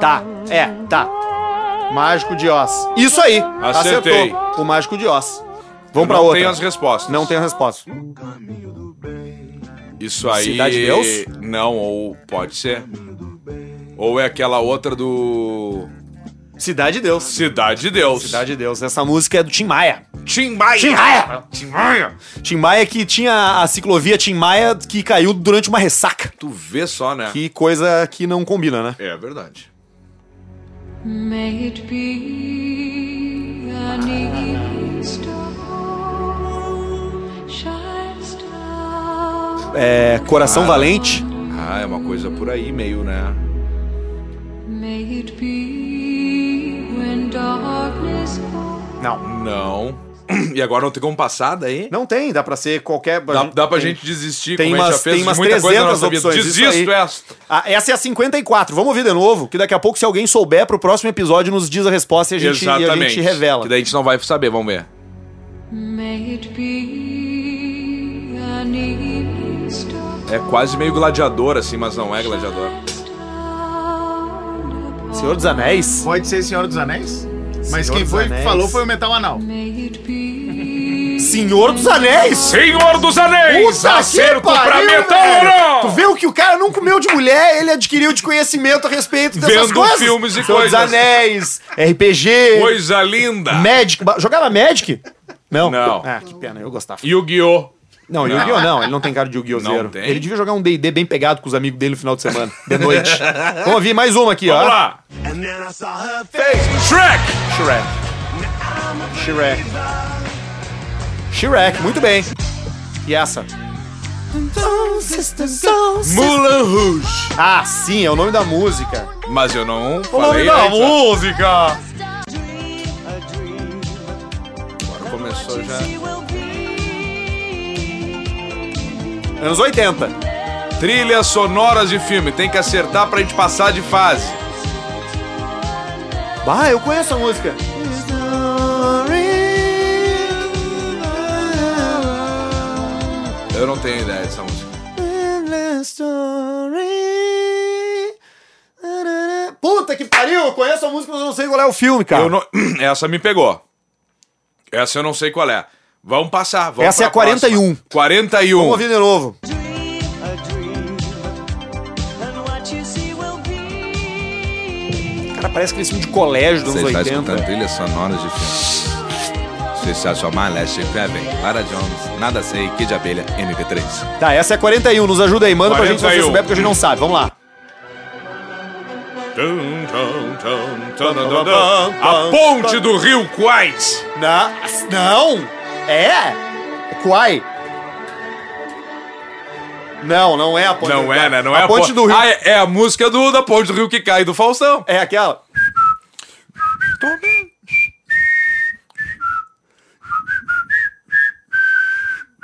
[SPEAKER 1] Tá, é, tá. Mágico de Oz. Isso aí.
[SPEAKER 2] Acertei.
[SPEAKER 1] Acertou. O Mágico de Oz.
[SPEAKER 2] Eu
[SPEAKER 1] Vamos pra
[SPEAKER 2] não
[SPEAKER 1] outra.
[SPEAKER 2] tenho as respostas.
[SPEAKER 1] Não tenho resposta.
[SPEAKER 2] Isso aí.
[SPEAKER 1] Cidade de Deus?
[SPEAKER 2] Não, ou pode ser. Ou é aquela outra do.
[SPEAKER 1] Cidade de Deus.
[SPEAKER 2] Cidade de Deus.
[SPEAKER 1] Cidade de Deus. Essa música é do Tim Maia.
[SPEAKER 2] Tim Maia.
[SPEAKER 1] Tim Maia.
[SPEAKER 2] Tim Maia.
[SPEAKER 1] Tim Maia que tinha a ciclovia Tim Maia que caiu durante uma ressaca.
[SPEAKER 2] Tu vê só, né?
[SPEAKER 1] Que coisa que não combina, né?
[SPEAKER 2] É verdade.
[SPEAKER 9] May it be an east star shines down.
[SPEAKER 1] É, Coração Valente.
[SPEAKER 2] Ah, é uma coisa por aí, meio, né?
[SPEAKER 9] May it be when darkness falls.
[SPEAKER 1] Não.
[SPEAKER 2] Não. E agora não tem como passar daí?
[SPEAKER 1] Não tem, dá pra ser qualquer.
[SPEAKER 2] Dá, dá pra gente desistir,
[SPEAKER 1] tem
[SPEAKER 2] como a gente
[SPEAKER 1] umas-
[SPEAKER 2] já fez
[SPEAKER 1] tem umas
[SPEAKER 2] muita coisa na
[SPEAKER 1] 300
[SPEAKER 2] nossa vida.
[SPEAKER 1] opções, isso
[SPEAKER 2] Desisto
[SPEAKER 1] aí.
[SPEAKER 2] esta.
[SPEAKER 1] Ah, essa é a 54. Vamos ouvir de novo, que daqui a pouco, se alguém souber, pro próximo episódio nos diz a resposta e a gente, e a
[SPEAKER 2] Exatamente.
[SPEAKER 1] gente revela.
[SPEAKER 2] Que daí a gente não vai saber, vamos ver.
[SPEAKER 9] May it be an evening star
[SPEAKER 2] É quase meio gladiador, assim, mas não é gladiador.
[SPEAKER 9] shines down upon.
[SPEAKER 1] Senhor dos Anéis?
[SPEAKER 7] Pode ser Senhor dos Anéis? Mas
[SPEAKER 1] Senhor
[SPEAKER 7] quem
[SPEAKER 1] dos
[SPEAKER 7] foi
[SPEAKER 1] Anéis.
[SPEAKER 7] que falou foi o Metal Anal.
[SPEAKER 9] May it be
[SPEAKER 1] Senhor dos Anéis!
[SPEAKER 2] Senhor dos Anéis!
[SPEAKER 1] Puta que
[SPEAKER 2] acerto pra
[SPEAKER 1] pariu,
[SPEAKER 2] metal
[SPEAKER 1] velho!
[SPEAKER 2] ou
[SPEAKER 1] Tu
[SPEAKER 2] não?
[SPEAKER 1] vê o que o cara não comeu de mulher, ele adquiriu de conhecimento a respeito dessas
[SPEAKER 2] Vendo
[SPEAKER 1] coisas.
[SPEAKER 2] filmes e
[SPEAKER 1] Senhor dos
[SPEAKER 2] coisas.
[SPEAKER 1] Anéis, RPG,
[SPEAKER 2] Coisa linda!
[SPEAKER 1] Magic. Ba- Jogava Magic? Não.
[SPEAKER 2] Não.
[SPEAKER 1] Ah, que pena, eu gostava.
[SPEAKER 2] Yu-Gi-Oh!
[SPEAKER 1] Não, Yu-Gi-Oh! não, ele não tem cara de Yu-Gi-Oh!
[SPEAKER 2] Não
[SPEAKER 1] zero.
[SPEAKER 2] tem.
[SPEAKER 1] Ele devia jogar um D&D bem pegado com os amigos dele no final de semana, de noite. Vamos ouvir mais uma aqui, ó.
[SPEAKER 2] Vamos lá! Shrek!
[SPEAKER 1] Shrek. Shrek. Shrek, muito bem. E essa?
[SPEAKER 2] Mulan Rouge!
[SPEAKER 1] Ah, sim, é o nome da música.
[SPEAKER 2] Mas eu não
[SPEAKER 1] nome
[SPEAKER 2] falei
[SPEAKER 1] da
[SPEAKER 2] antes, ó.
[SPEAKER 1] música!
[SPEAKER 2] Agora começou já.
[SPEAKER 1] Anos 80.
[SPEAKER 2] Trilhas sonoras de filme, tem que acertar pra gente passar de fase.
[SPEAKER 1] Bah, eu conheço a música.
[SPEAKER 2] Eu não tenho ideia dessa música.
[SPEAKER 1] Puta que pariu, eu conheço a música, mas eu não sei qual é o filme, cara.
[SPEAKER 2] Eu não- Essa me pegou. Essa eu não sei qual é. Vamos passar. Vamos
[SPEAKER 1] Essa é
[SPEAKER 2] pra
[SPEAKER 1] a 41.
[SPEAKER 2] próxima. 41.
[SPEAKER 1] Vamos ouvir de novo. Cara, parece aquele filme de colégio dos
[SPEAKER 2] Você
[SPEAKER 1] anos
[SPEAKER 2] está
[SPEAKER 1] 80.
[SPEAKER 2] tá escutando trilhas sonoras de filme. Sensacional, Leste Kevin, Lara Jones, Nada Sei, Kid de Abelha, MP3.
[SPEAKER 1] Tá, essa é 41, nos ajuda aí, manda pra gente se você
[SPEAKER 2] 41.
[SPEAKER 1] souber, porque a gente não sabe. Vamos lá.
[SPEAKER 2] A ponte do rio Quais.
[SPEAKER 1] Não, não! É? Quai? Não, não é a ponte
[SPEAKER 2] Não
[SPEAKER 1] do
[SPEAKER 2] é, né? Não é
[SPEAKER 1] a ponte do rio.
[SPEAKER 2] Ah, é, é a música do, da ponte do rio que cai do Faustão.
[SPEAKER 1] É aquela.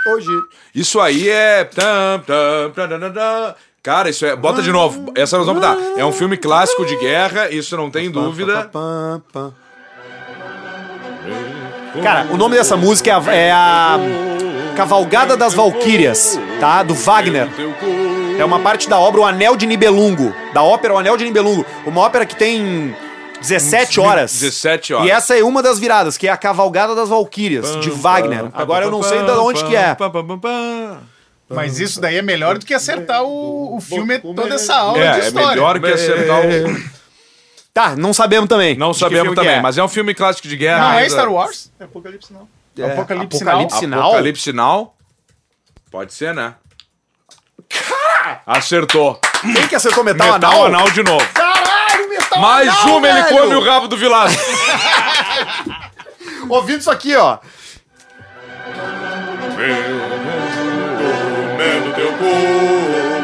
[SPEAKER 1] Hoje.
[SPEAKER 2] Isso aí é. tam, tam, tam, tam, tam, tam. Cara, isso é. Bota de novo. Essa nós vamos dar. É um filme clássico de guerra, isso não tem dúvida.
[SPEAKER 1] Pá, pá, pá. Cara, o nome dessa música é a, é a Cavalgada das Valquírias, tá? Do Wagner. É uma parte da obra O Anel de Nibelungo, da ópera O Anel de Nibelungo, uma ópera que tem 17 horas.
[SPEAKER 2] 17 horas.
[SPEAKER 1] E essa é uma das viradas, que é a Cavalgada das Valquírias, de Wagner. Agora eu não sei de onde que é.
[SPEAKER 7] Mas isso daí é melhor do que acertar o, o filme toda essa aula de
[SPEAKER 2] É, é
[SPEAKER 7] história.
[SPEAKER 2] melhor que acertar o.
[SPEAKER 1] Tá, não sabemos também.
[SPEAKER 2] Não
[SPEAKER 1] de que filme
[SPEAKER 2] sabemos
[SPEAKER 1] que
[SPEAKER 2] também,
[SPEAKER 1] é.
[SPEAKER 2] mas é um filme clássico de guerra.
[SPEAKER 7] Não é
[SPEAKER 2] ainda.
[SPEAKER 7] Star Wars? É Apocalipse não. É Apocalipse,
[SPEAKER 1] Apocalipse
[SPEAKER 7] Now.
[SPEAKER 1] Sinal?
[SPEAKER 2] Apocalipse Sinal? Pode ser, né? Acertou.
[SPEAKER 1] Quem que acertou metal,
[SPEAKER 2] Metal
[SPEAKER 1] anal?
[SPEAKER 2] anal de novo.
[SPEAKER 1] Caralho, metal
[SPEAKER 2] Mais
[SPEAKER 1] anal,
[SPEAKER 2] uma, ele
[SPEAKER 1] velho!
[SPEAKER 2] come o rabo do vilado.
[SPEAKER 1] Ouvindo isso aqui, ó.
[SPEAKER 2] Comendo teu cu,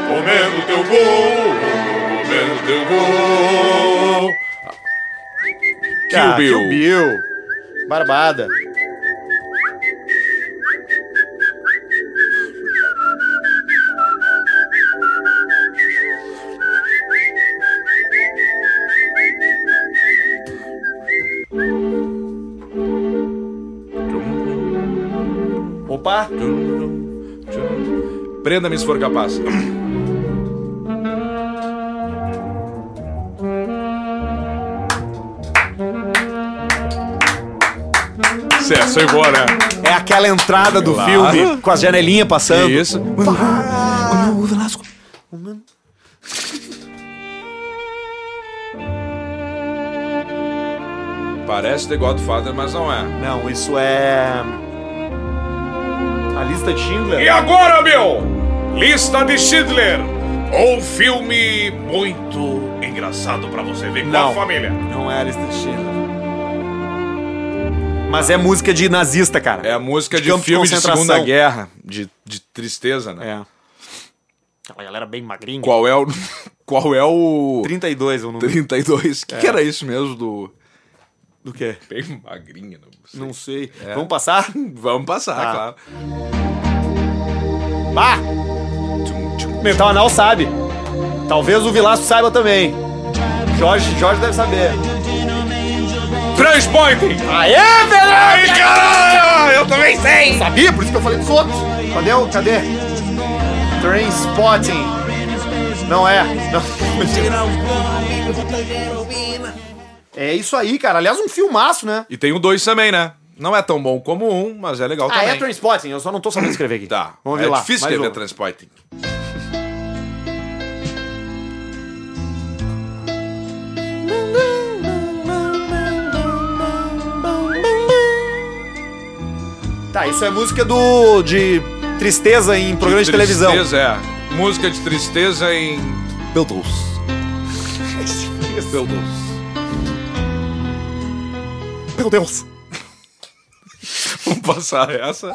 [SPEAKER 2] comendo teu cu, comendo teu cu. Kill
[SPEAKER 1] Ah,
[SPEAKER 2] Bill.
[SPEAKER 1] Kill Bill. Barbada. Opa!
[SPEAKER 2] Prenda-me se for capaz. Certo, é igual, né?
[SPEAKER 1] É aquela entrada do
[SPEAKER 2] Claro.
[SPEAKER 1] filme com as janelinhas passando.
[SPEAKER 2] Isso. Parece The Godfather, mas não é.
[SPEAKER 1] Não, isso é. A lista de Schindler?
[SPEAKER 2] E agora, meu? Lista de Schindler. Um filme muito engraçado pra você ver com
[SPEAKER 1] Não.
[SPEAKER 2] a família.
[SPEAKER 1] Não é a lista de Schindler. Mas é música de nazista, cara.
[SPEAKER 2] É a música
[SPEAKER 1] De
[SPEAKER 2] de,
[SPEAKER 1] campo de
[SPEAKER 2] filme de
[SPEAKER 1] concentração.
[SPEAKER 2] Segunda Guerra, de, de tristeza, né?
[SPEAKER 1] É. Aquela galera bem magrinha.
[SPEAKER 2] Qual é o... Qual é o...
[SPEAKER 1] 32 é o número.
[SPEAKER 2] 32. O que, que era isso mesmo do...
[SPEAKER 1] Do quê?
[SPEAKER 2] Bem né? magrinha, não sei.
[SPEAKER 1] Não sei.
[SPEAKER 2] É.
[SPEAKER 1] Vamos passar?
[SPEAKER 2] Vamos passar,
[SPEAKER 1] Tá.
[SPEAKER 2] claro.
[SPEAKER 1] Vá! Mental Anal sabe. Talvez o Vilaço saiba também. Jorge, Jorge deve saber.
[SPEAKER 2] Transpointing!
[SPEAKER 1] Aê, velho!
[SPEAKER 2] Ai, caralho! Eu também sei!
[SPEAKER 1] Sabia? Por isso que eu falei dos outros. Cadê o... Cadê? Trainspotting. Não é. Não. É isso aí, cara. Aliás, um filmaço, né?
[SPEAKER 2] E tem o 2 também, né? Não é tão bom como um, mas é legal
[SPEAKER 1] Ah, é
[SPEAKER 2] também.
[SPEAKER 1] Trainspotting. Eu só não tô sabendo escrever aqui.
[SPEAKER 2] Tá.
[SPEAKER 1] Vamos
[SPEAKER 2] é
[SPEAKER 1] ver lá.
[SPEAKER 2] difícil
[SPEAKER 1] mais
[SPEAKER 2] escrever
[SPEAKER 1] um.
[SPEAKER 2] Transpointing.
[SPEAKER 1] Tá, isso é música do... De tristeza em programa de, televisão.
[SPEAKER 2] Tristeza, é. Música de tristeza em...
[SPEAKER 1] Meu Deus.
[SPEAKER 2] Meu Deus.
[SPEAKER 1] Meu Deus.
[SPEAKER 2] Vamos passar essa.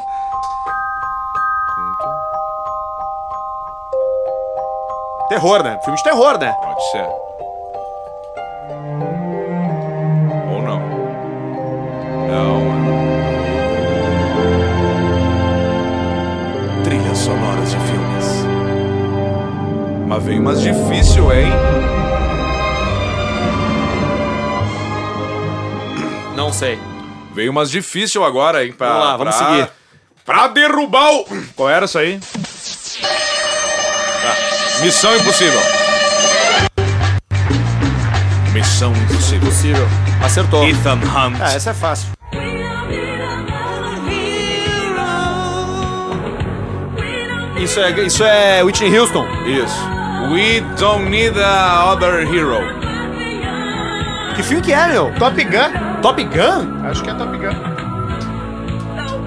[SPEAKER 1] Terror, né? Filme de terror, né?
[SPEAKER 2] Pode ser. Ou não. Não. é. Trilhas sonoras de filmes. Mas veio mais difícil, hein?
[SPEAKER 1] Não sei.
[SPEAKER 2] Veio umas difícil agora, hein? Pra,
[SPEAKER 1] Vamos lá, vamos
[SPEAKER 2] pra-
[SPEAKER 1] seguir.
[SPEAKER 2] Pra derrubar o. Qual era isso aí? Tá. Missão impossível. Missão impossível.
[SPEAKER 1] Possível. Acertou.
[SPEAKER 2] Ethan Hunt.
[SPEAKER 1] Ah, essa é fácil. Isso é, isso é Whitney Houston.
[SPEAKER 2] Isso. We don't need a other hero.
[SPEAKER 1] Que filme que é, meu?
[SPEAKER 7] Top Gun?
[SPEAKER 1] Top Gun?
[SPEAKER 7] Acho que é Top Gun.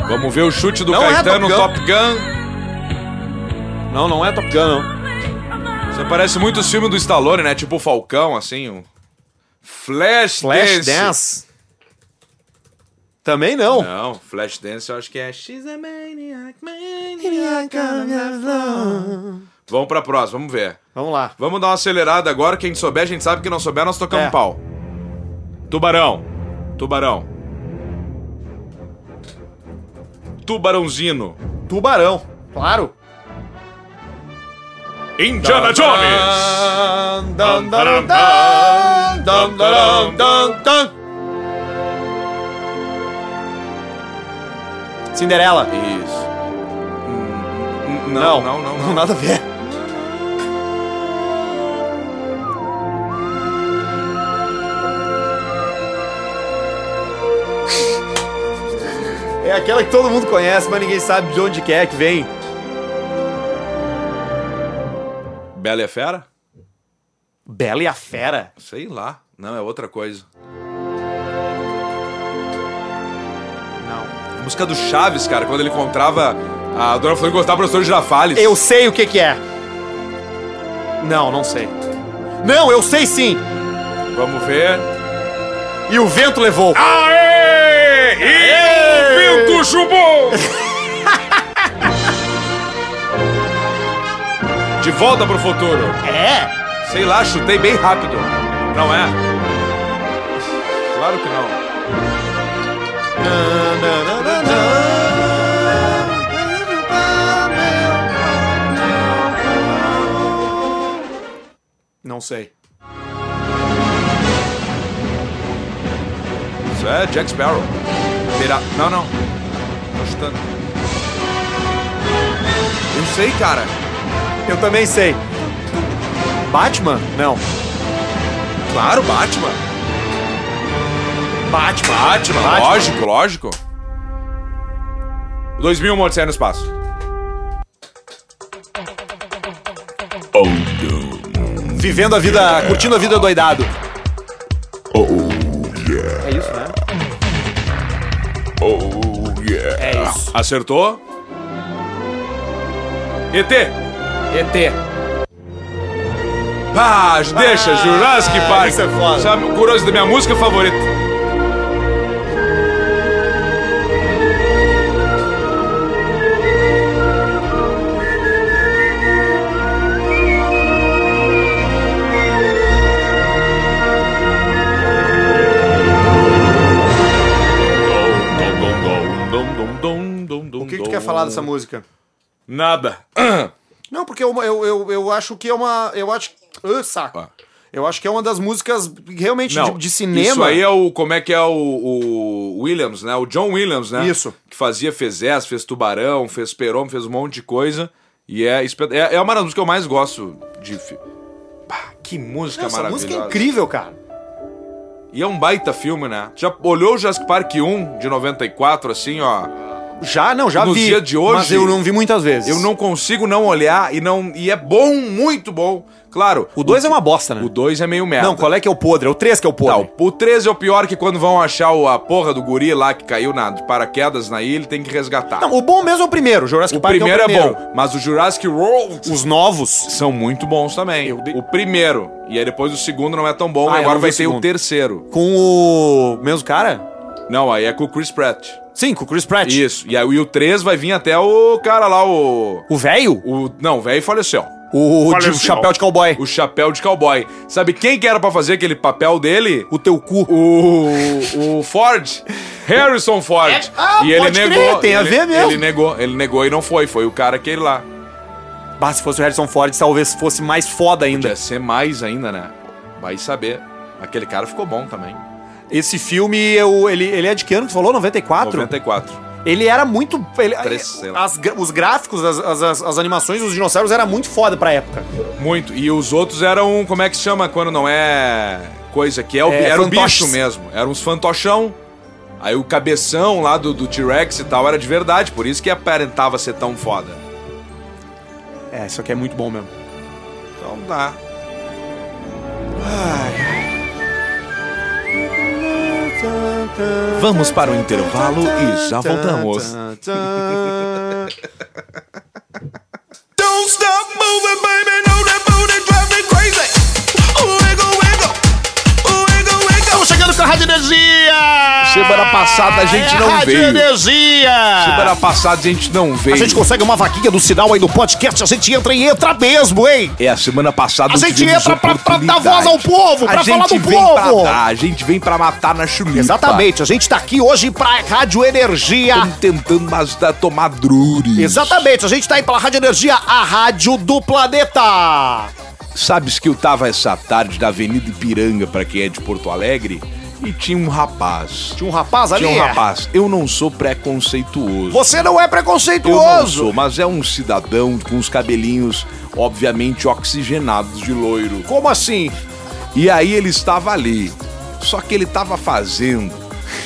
[SPEAKER 2] Vamos ver o chute do
[SPEAKER 1] Não é
[SPEAKER 2] Caetano
[SPEAKER 1] Top
[SPEAKER 2] Top Gun.
[SPEAKER 1] Não, não é Top Gun, não.
[SPEAKER 2] Você parece muito o filme do Stallone, né? Tipo o Falcão, assim. O... Flash,
[SPEAKER 1] Flash
[SPEAKER 2] Dance.
[SPEAKER 1] Dance. Também não.
[SPEAKER 2] Não, Flash Dance eu acho que é She's a Maniac, Maniac. Vamos pra próxima, vamos ver.
[SPEAKER 1] Vamos lá.
[SPEAKER 2] Vamos dar uma acelerada agora. Quem souber, a gente sabe. Quem não souber, nós tocamos
[SPEAKER 1] É.
[SPEAKER 2] pau. Tubarão. Tubarão. Tubarãozinho.
[SPEAKER 1] Tubarão. Claro.
[SPEAKER 2] Indiana Jones.
[SPEAKER 1] Dun, dun, dun, dun, dun, dun, dun, dun. Cinderela.
[SPEAKER 2] Isso. Hum,
[SPEAKER 1] Não,
[SPEAKER 2] Não, não, não. não.
[SPEAKER 1] Nada a ver. É aquela que todo mundo conhece, mas ninguém sabe de onde quer que vem.
[SPEAKER 2] Bela e a Fera?
[SPEAKER 1] Bela e a Fera.
[SPEAKER 2] Sei lá. Não, é outra coisa.
[SPEAKER 1] Não.
[SPEAKER 2] A música do Chaves, cara, quando ele encontrava a Dona Flor gostava do professor Girafales.
[SPEAKER 1] Eu sei o que que é. Não, não sei. Não, eu sei sim.
[SPEAKER 2] Vamos ver.
[SPEAKER 1] E o vento levou.
[SPEAKER 2] Aê! E o vento chubou! De volta pro futuro.
[SPEAKER 1] É?
[SPEAKER 2] Sei lá, chutei bem rápido. Não é? Claro que não.
[SPEAKER 1] Não sei.
[SPEAKER 2] Isso é Jack Sparrow. Pira... Não, não. Tô chutando. Eu sei, cara.
[SPEAKER 1] Eu também sei. Batman? Não.
[SPEAKER 2] Claro, Batman.
[SPEAKER 1] Batman.
[SPEAKER 2] Batman,
[SPEAKER 1] Batman.
[SPEAKER 2] lógico, lógico. 2000, uma Odisseia no Espaço.
[SPEAKER 1] Vivendo a vida, curtindo a vida doidado.
[SPEAKER 2] yeah.
[SPEAKER 5] É isso, né?
[SPEAKER 2] Oh yeah.
[SPEAKER 10] É isso.
[SPEAKER 2] Acertou? ET!
[SPEAKER 10] ET.
[SPEAKER 2] Ah, deixa, Jurassic Park.
[SPEAKER 4] isso é foda.
[SPEAKER 2] Sabe, curioso da minha música favorita.
[SPEAKER 4] O que, que tu quer falar dessa música?
[SPEAKER 2] Nada. Ah,
[SPEAKER 4] Não, porque eu, eu, eu, eu acho que é uma. Eu acho. Ah, saco.
[SPEAKER 2] Ah.
[SPEAKER 4] Eu acho que é uma das músicas realmente
[SPEAKER 2] Não,
[SPEAKER 4] de, de cinema.
[SPEAKER 2] Isso aí é o. Como é que é o, o Williams, né? O John Williams, né?
[SPEAKER 4] Isso.
[SPEAKER 2] Que fazia, fez essa, fez Tubarão, fez Perom, fez um monte de coisa. E é, espet- é, é uma das músicas que eu mais gosto de. fi- Bah, que música
[SPEAKER 4] Essa
[SPEAKER 2] maravilhosa.
[SPEAKER 4] música é incrível, cara.
[SPEAKER 2] E é um baita filme, né? Já olhou o Jurassic Park 1 de 94, assim, ó.
[SPEAKER 1] Já, não, já
[SPEAKER 2] No
[SPEAKER 1] vi.
[SPEAKER 2] dia de hoje-
[SPEAKER 1] Mas eu não vi muitas vezes.
[SPEAKER 2] Eu não consigo não olhar e não. E é bom, muito bom. Claro.
[SPEAKER 1] O 2 é uma bosta, né?
[SPEAKER 2] O 2 é meio merda.
[SPEAKER 1] Não, qual é que é o podre? É o 3 que é o podre.
[SPEAKER 2] Não, o 13 é o pior que quando vão achar o- a porra do guri lá que caiu na, de paraquedas na ilha, tem que resgatar.
[SPEAKER 1] Não, o bom mesmo é o primeiro. Jurassic
[SPEAKER 2] o,
[SPEAKER 1] Park
[SPEAKER 2] primeiro
[SPEAKER 1] é
[SPEAKER 2] é,
[SPEAKER 1] o primeiro
[SPEAKER 2] bom, mas o Jurassic World
[SPEAKER 1] Os novos.
[SPEAKER 2] são muito bons também.
[SPEAKER 1] Eu dei-
[SPEAKER 2] O primeiro. E aí depois o segundo não é tão bom,
[SPEAKER 1] Ah,
[SPEAKER 2] e
[SPEAKER 1] eu
[SPEAKER 2] agora
[SPEAKER 1] não
[SPEAKER 2] vai
[SPEAKER 1] vi o
[SPEAKER 2] ter o
[SPEAKER 1] segundo.
[SPEAKER 2] terceiro.
[SPEAKER 1] Com o mesmo cara?
[SPEAKER 2] Não, aí é com o Chris Pratt.
[SPEAKER 1] Sim, com o Chris Pratt.
[SPEAKER 2] Isso. E aí e o 3 vai vir até o cara lá, o.
[SPEAKER 1] O velho?
[SPEAKER 2] o não, o velho faleceu.
[SPEAKER 1] O, de chapéu de cowboy.
[SPEAKER 2] O chapéu de cowboy. Sabe quem que era pra fazer aquele papel dele?
[SPEAKER 1] O, teu cu.
[SPEAKER 2] O, o Ford. Harrison Ford.
[SPEAKER 1] ah, pode crer, tem a
[SPEAKER 2] ele-
[SPEAKER 1] ver mesmo.
[SPEAKER 2] Ele negou, ele negou e não foi. Foi o cara aquele lá.
[SPEAKER 1] Bah, se fosse o Harrison Ford, talvez fosse mais foda ainda.
[SPEAKER 2] Deve ser mais ainda, né? Vai saber. Aquele cara ficou bom também.
[SPEAKER 1] Esse filme, eu, ele, ele é de que ano que tu falou? 94?
[SPEAKER 2] 94.
[SPEAKER 1] Ele era muito. ele- é,
[SPEAKER 2] Três, sei lá.
[SPEAKER 1] as gra- os gráficos, as, as- as- as animações dos dinossauros era muito foda pra época.
[SPEAKER 2] Muito. E os outros eram, como é que se chama quando não é coisa que é o
[SPEAKER 1] É,
[SPEAKER 2] era o
[SPEAKER 1] fantoches.
[SPEAKER 2] bicho mesmo. Eram uns fantochão. Aí o cabeção lá do, do T-Rex e tal era de verdade, por isso que aparentava ser tão foda.
[SPEAKER 1] É, isso aqui é muito bom mesmo.
[SPEAKER 2] Então dá. Vamos para o intervalo e já voltamos.
[SPEAKER 11] Don't stop moving, baby. No, that booty drive me crazy. Wiggle, wiggle. Wiggle, wiggle.
[SPEAKER 4] Estamos chegando com a Rádio Energia!
[SPEAKER 2] Semana passada a gente não
[SPEAKER 4] É Rádio
[SPEAKER 2] veio.
[SPEAKER 4] Energia!
[SPEAKER 2] Semana passada a gente não veio.
[SPEAKER 4] A gente consegue uma vaquinha do sinal aí do podcast, a gente entra e entra mesmo, hein?
[SPEAKER 2] É, a semana passada
[SPEAKER 4] A gente
[SPEAKER 2] tivemos
[SPEAKER 4] entra pra, pra dar
[SPEAKER 2] oportunidade.
[SPEAKER 4] voz ao povo,
[SPEAKER 2] A
[SPEAKER 4] pra falar do
[SPEAKER 2] gente vem pra
[SPEAKER 4] povo!
[SPEAKER 2] dar, a gente vem pra matar na chulipa.
[SPEAKER 4] Exatamente, a gente tá aqui hoje pra Rádio Energia.
[SPEAKER 2] Estamos tentando ajudar a tomar drures.
[SPEAKER 4] Exatamente, a gente tá aí pela Rádio Energia, a rádio do planeta.
[SPEAKER 2] Sabes que eu tava essa tarde na Avenida Ipiranga, pra quem é de Porto Alegre, e tinha um rapaz.
[SPEAKER 4] Tinha um rapaz ali?
[SPEAKER 2] Tinha um rapaz. Eu não sou preconceituoso.
[SPEAKER 4] Você não
[SPEAKER 2] Eu
[SPEAKER 4] é
[SPEAKER 2] não
[SPEAKER 4] preconceituoso.
[SPEAKER 2] sou, mas é um cidadão com os cabelinhos, obviamente, oxigenados de loiro.
[SPEAKER 4] Como assim?
[SPEAKER 2] E aí ele estava ali. Só que ele estava fazendo